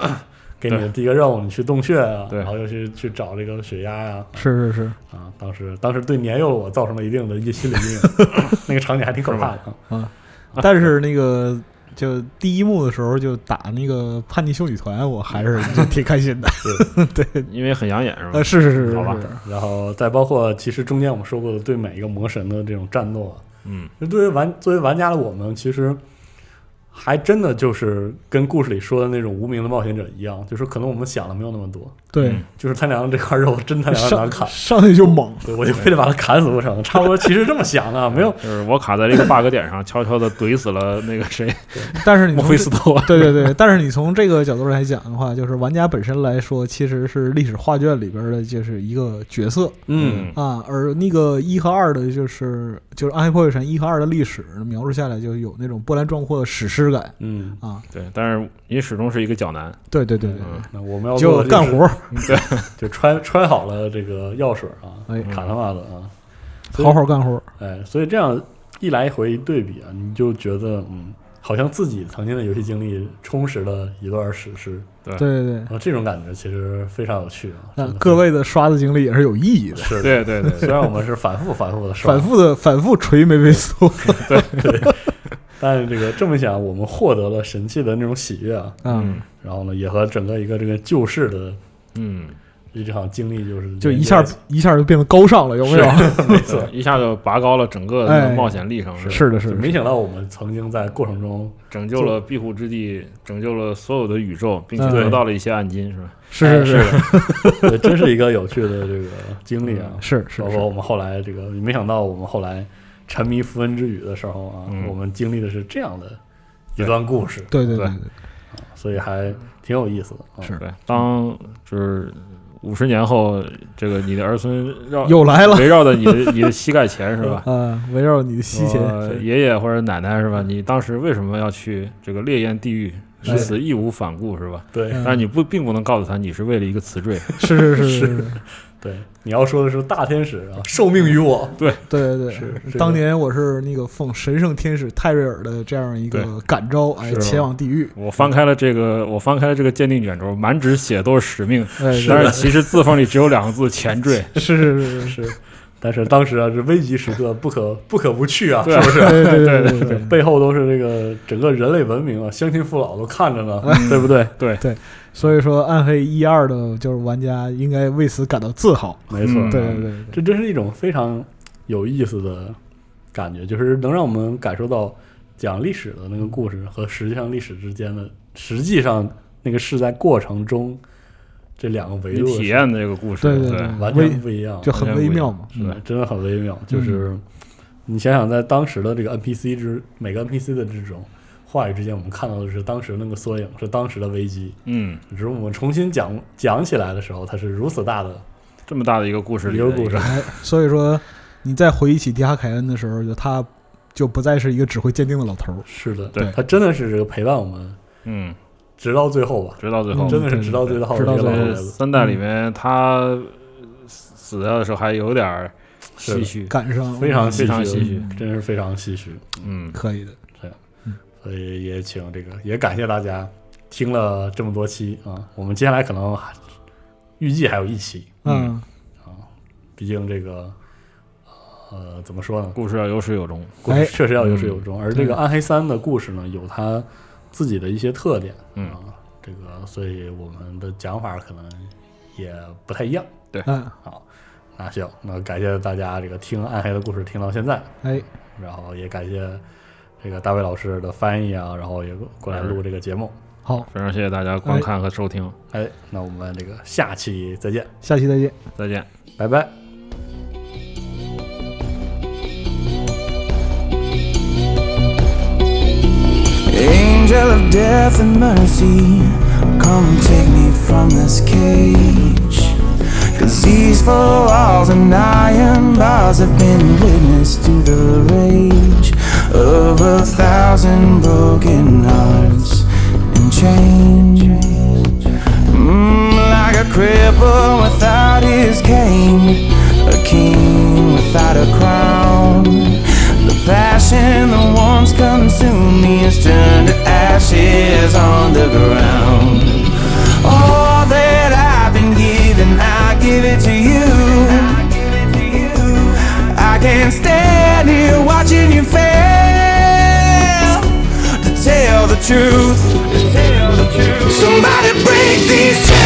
S2: 给你的第一个任务，你去洞穴啊，
S4: 对
S2: 然后又去去找这个血压呀、
S3: 是是是
S2: 啊，当时当时对年幼的我造成了一定的一心理阴影，那个场景还挺可怕的啊。
S3: 啊， 但是那个。就第一幕的时候就打那个叛逆修女团，我还 是就挺开心的。
S4: 因为很养眼是吧
S3: 呃，？是是是是
S4: 嗯好吧
S3: 是，
S2: 然后再包括其实中间我们说过的对每一个魔神的这种战斗啊，
S4: 嗯，
S2: 就对于玩作为玩家的我们，其实还真的就是跟故事里说的那种无名的冒险者一样，就是可能我们想的没有那么多，
S3: 对
S4: 嗯，
S2: 就是他娘这块肉真他娘难
S3: 上
S2: 砍，
S3: 上去就猛，
S2: 对我就非得把他砍死不成，差不多其实这么想的， 没有
S4: 就是我卡在这个 bug 点上，悄悄的怼死了那个 谁，
S3: 但是你
S4: 墨
S3: 从
S4: 菲
S3: 这
S4: 斯托。
S3: 对对对， 但是你从这个角度来讲的话，就是玩家本身来说，其实是历史画卷里边的就是一个角色
S2: 嗯
S3: 啊，而那个一和二的，就是就是《暗黑破坏神》一和二的历史描述下来，就有那种波澜壮阔的史诗感
S2: 嗯，
S3: 啊。
S4: 对，但是你始终是一个脚男，
S3: 对对对对，
S4: 嗯
S2: 那我们要
S3: 对
S2: 做
S3: 就
S2: 的
S3: 干
S2: 是
S3: 活，
S2: 就穿穿好了这个药水啊，
S3: 哎
S2: 卡他妈的啊，
S3: 好好干活，
S2: 哎，所以这样一来一回一对比啊，你就觉得嗯，好像自己曾经的游戏经历充实了一段史诗，
S4: 对
S3: 对对对。
S2: 然后这种感觉其实非常有趣啊。
S3: 那
S2: 真
S4: 嗯
S2: 的
S3: 各位的刷子经历也是有意义的，
S2: 是的，
S4: 对对对
S2: 虽然我们是反复反复的说，啊
S3: 反复的反复锤梅维斯托
S2: 但是这个这么想，我们获得了神器的那种喜悦啊，
S3: 啊，
S4: 嗯
S2: 然后呢，也和整个一个这个救世的
S4: 嗯，
S2: 这场经历就是
S3: 就一下一下就变得高尚了，有没有？
S4: 没错，一下就拔高了整个的
S3: 哎
S4: 冒险历程，吧
S3: 是的，是
S2: 就
S3: 的，
S2: 没想到我们曾经在过程中
S4: 拯救了庇护之地，拯救了所有的宇宙，并且
S3: 嗯
S4: 得到了一些暗金，是吧？
S3: 是是是
S2: 是，对真是一个有趣的 这个经历啊。
S3: 嗯是
S2: 包
S3: 是
S2: 括
S3: 是，
S2: 我们后来这个，没想到我们后来沉迷符文之语的时候啊，
S4: 嗯
S2: 我们经历的是这样的一段故事，
S3: 对对
S4: 对
S3: 对，
S2: 所以还挺有意思的。啊、
S3: 是
S4: 对，当就是五十年后，这个你的儿孙绕
S3: 又来了
S4: 围绕着你的你的膝盖前，是吧？
S3: 啊！围绕你的西
S4: 说
S3: 钱，
S4: 爷爷或者奶奶是吧？你当时为什么要去这个烈焰地狱？
S3: 哎
S4: 誓死义无反顾是吧？
S2: 对
S3: 嗯
S4: 但是你不并不能告诉他你是为了一个词缀，
S3: 是是是是，是
S2: 对，你要说的是大天使啊，受命于我。
S3: 对对
S2: 是这
S3: 对，
S2: 个
S3: 当年我是那个奉神圣天使泰瑞尔的这样一个
S4: 对
S3: 感召，哎，
S4: 是吧
S3: 前往地狱，
S4: 我翻开了这个，我翻开了这个鉴定卷轴，满纸写都是使命，
S3: 哎，对
S4: 但是其实字缝里只有两个字前缀。
S3: 是是是是，
S2: 是，但是当时啊是危急时刻，不可不可不去啊，
S4: 对
S2: 是不是？
S3: 对对
S4: 对
S3: 对
S2: 对
S3: 对，
S2: 背后都是这个整个人类文明啊，乡亲父老都看着呢，
S3: 嗯
S2: 对不对？
S4: 对，
S3: 所以说《暗黑一二》的就是玩家应该为此感到自豪，
S2: 没错，啊
S4: 嗯
S3: 对对对
S2: 这真是一种非常有意思的感觉，就是能让我们感受到讲历史的那个故事和实际上历史之间的，实际上那个是在过程中这两个维
S4: 你
S2: 度
S4: 体验的这个故事，
S3: 对对
S4: 对
S3: 对
S2: 完
S3: 微
S2: 全不一样，嗯
S3: 就嗯很微妙嘛，
S4: 是吧？
S2: 真的很微妙。就是你想想，在当时的这个 NPC 之每个 NPC 的之中，话语之间我们看到的是当时那个缩影，是当时的危机。
S4: 嗯，
S2: 只是我们重新讲讲起来的时候，它是如此大的
S4: 这么大的一个故事里
S2: 一
S4: 的
S2: 个
S4: 一
S2: 故事。
S3: 哎，所以说你再回忆起迪亚凯恩的时候，就他就不再是一个只会鉴定的老头儿，
S2: 是的，
S4: 对
S2: 它真的是这个陪伴我们
S4: 嗯，
S2: 直到最后吧，
S4: 直到最后，
S2: 真的是直到最后，
S3: 直到
S2: 这
S3: 最
S2: 个
S3: 后
S2: 老爷
S4: 呃
S2: 子
S4: 三代里面他死掉的时候还有点儿
S2: 是的
S4: 唏嘘，
S3: 赶上
S2: 非常
S4: 非常
S2: 唏
S4: 唏嘘
S2: 嘘，真是非常唏嘘。
S4: 嗯，
S3: 可以的，
S2: 所以也请这个也感谢大家听了这么多期啊，我们接下来可能还预计还有一期，
S4: 嗯
S3: 嗯，
S2: 毕竟这个呃怎么说呢，
S4: 故事要有始有终，
S2: 故
S3: 哎
S2: 事确实要有始有终。而这个《暗黑三》的故事呢，有它自己的一些特点，
S4: 嗯
S2: 啊，这个所以我们的讲法可能也不太一样。
S3: 嗯，
S2: 那行，那感谢大家这个听《暗黑》的故事听到现在，
S3: 哎，
S2: 然后也感谢这个大卫老师的翻译啊，然后也过来录这个节目。
S3: 好，
S4: 非常谢谢大家观看和收听，
S2: 哎，那我们这个下期再见，
S3: 下期再见。
S4: 再见。
S2: 拜拜。
S1: Angel of death and mercy, come take me from this cage. Cause these four walls and iron bars have been witness to the rage of a thousand broken hearts and chains. Mm, like a cripple without his cane, a king without a crown. The passion that once consumed me has turned to ashes on the ground. All that I've been given, I give it to you. I can't stand here watching you fail to tell the truth. Somebody break these chains.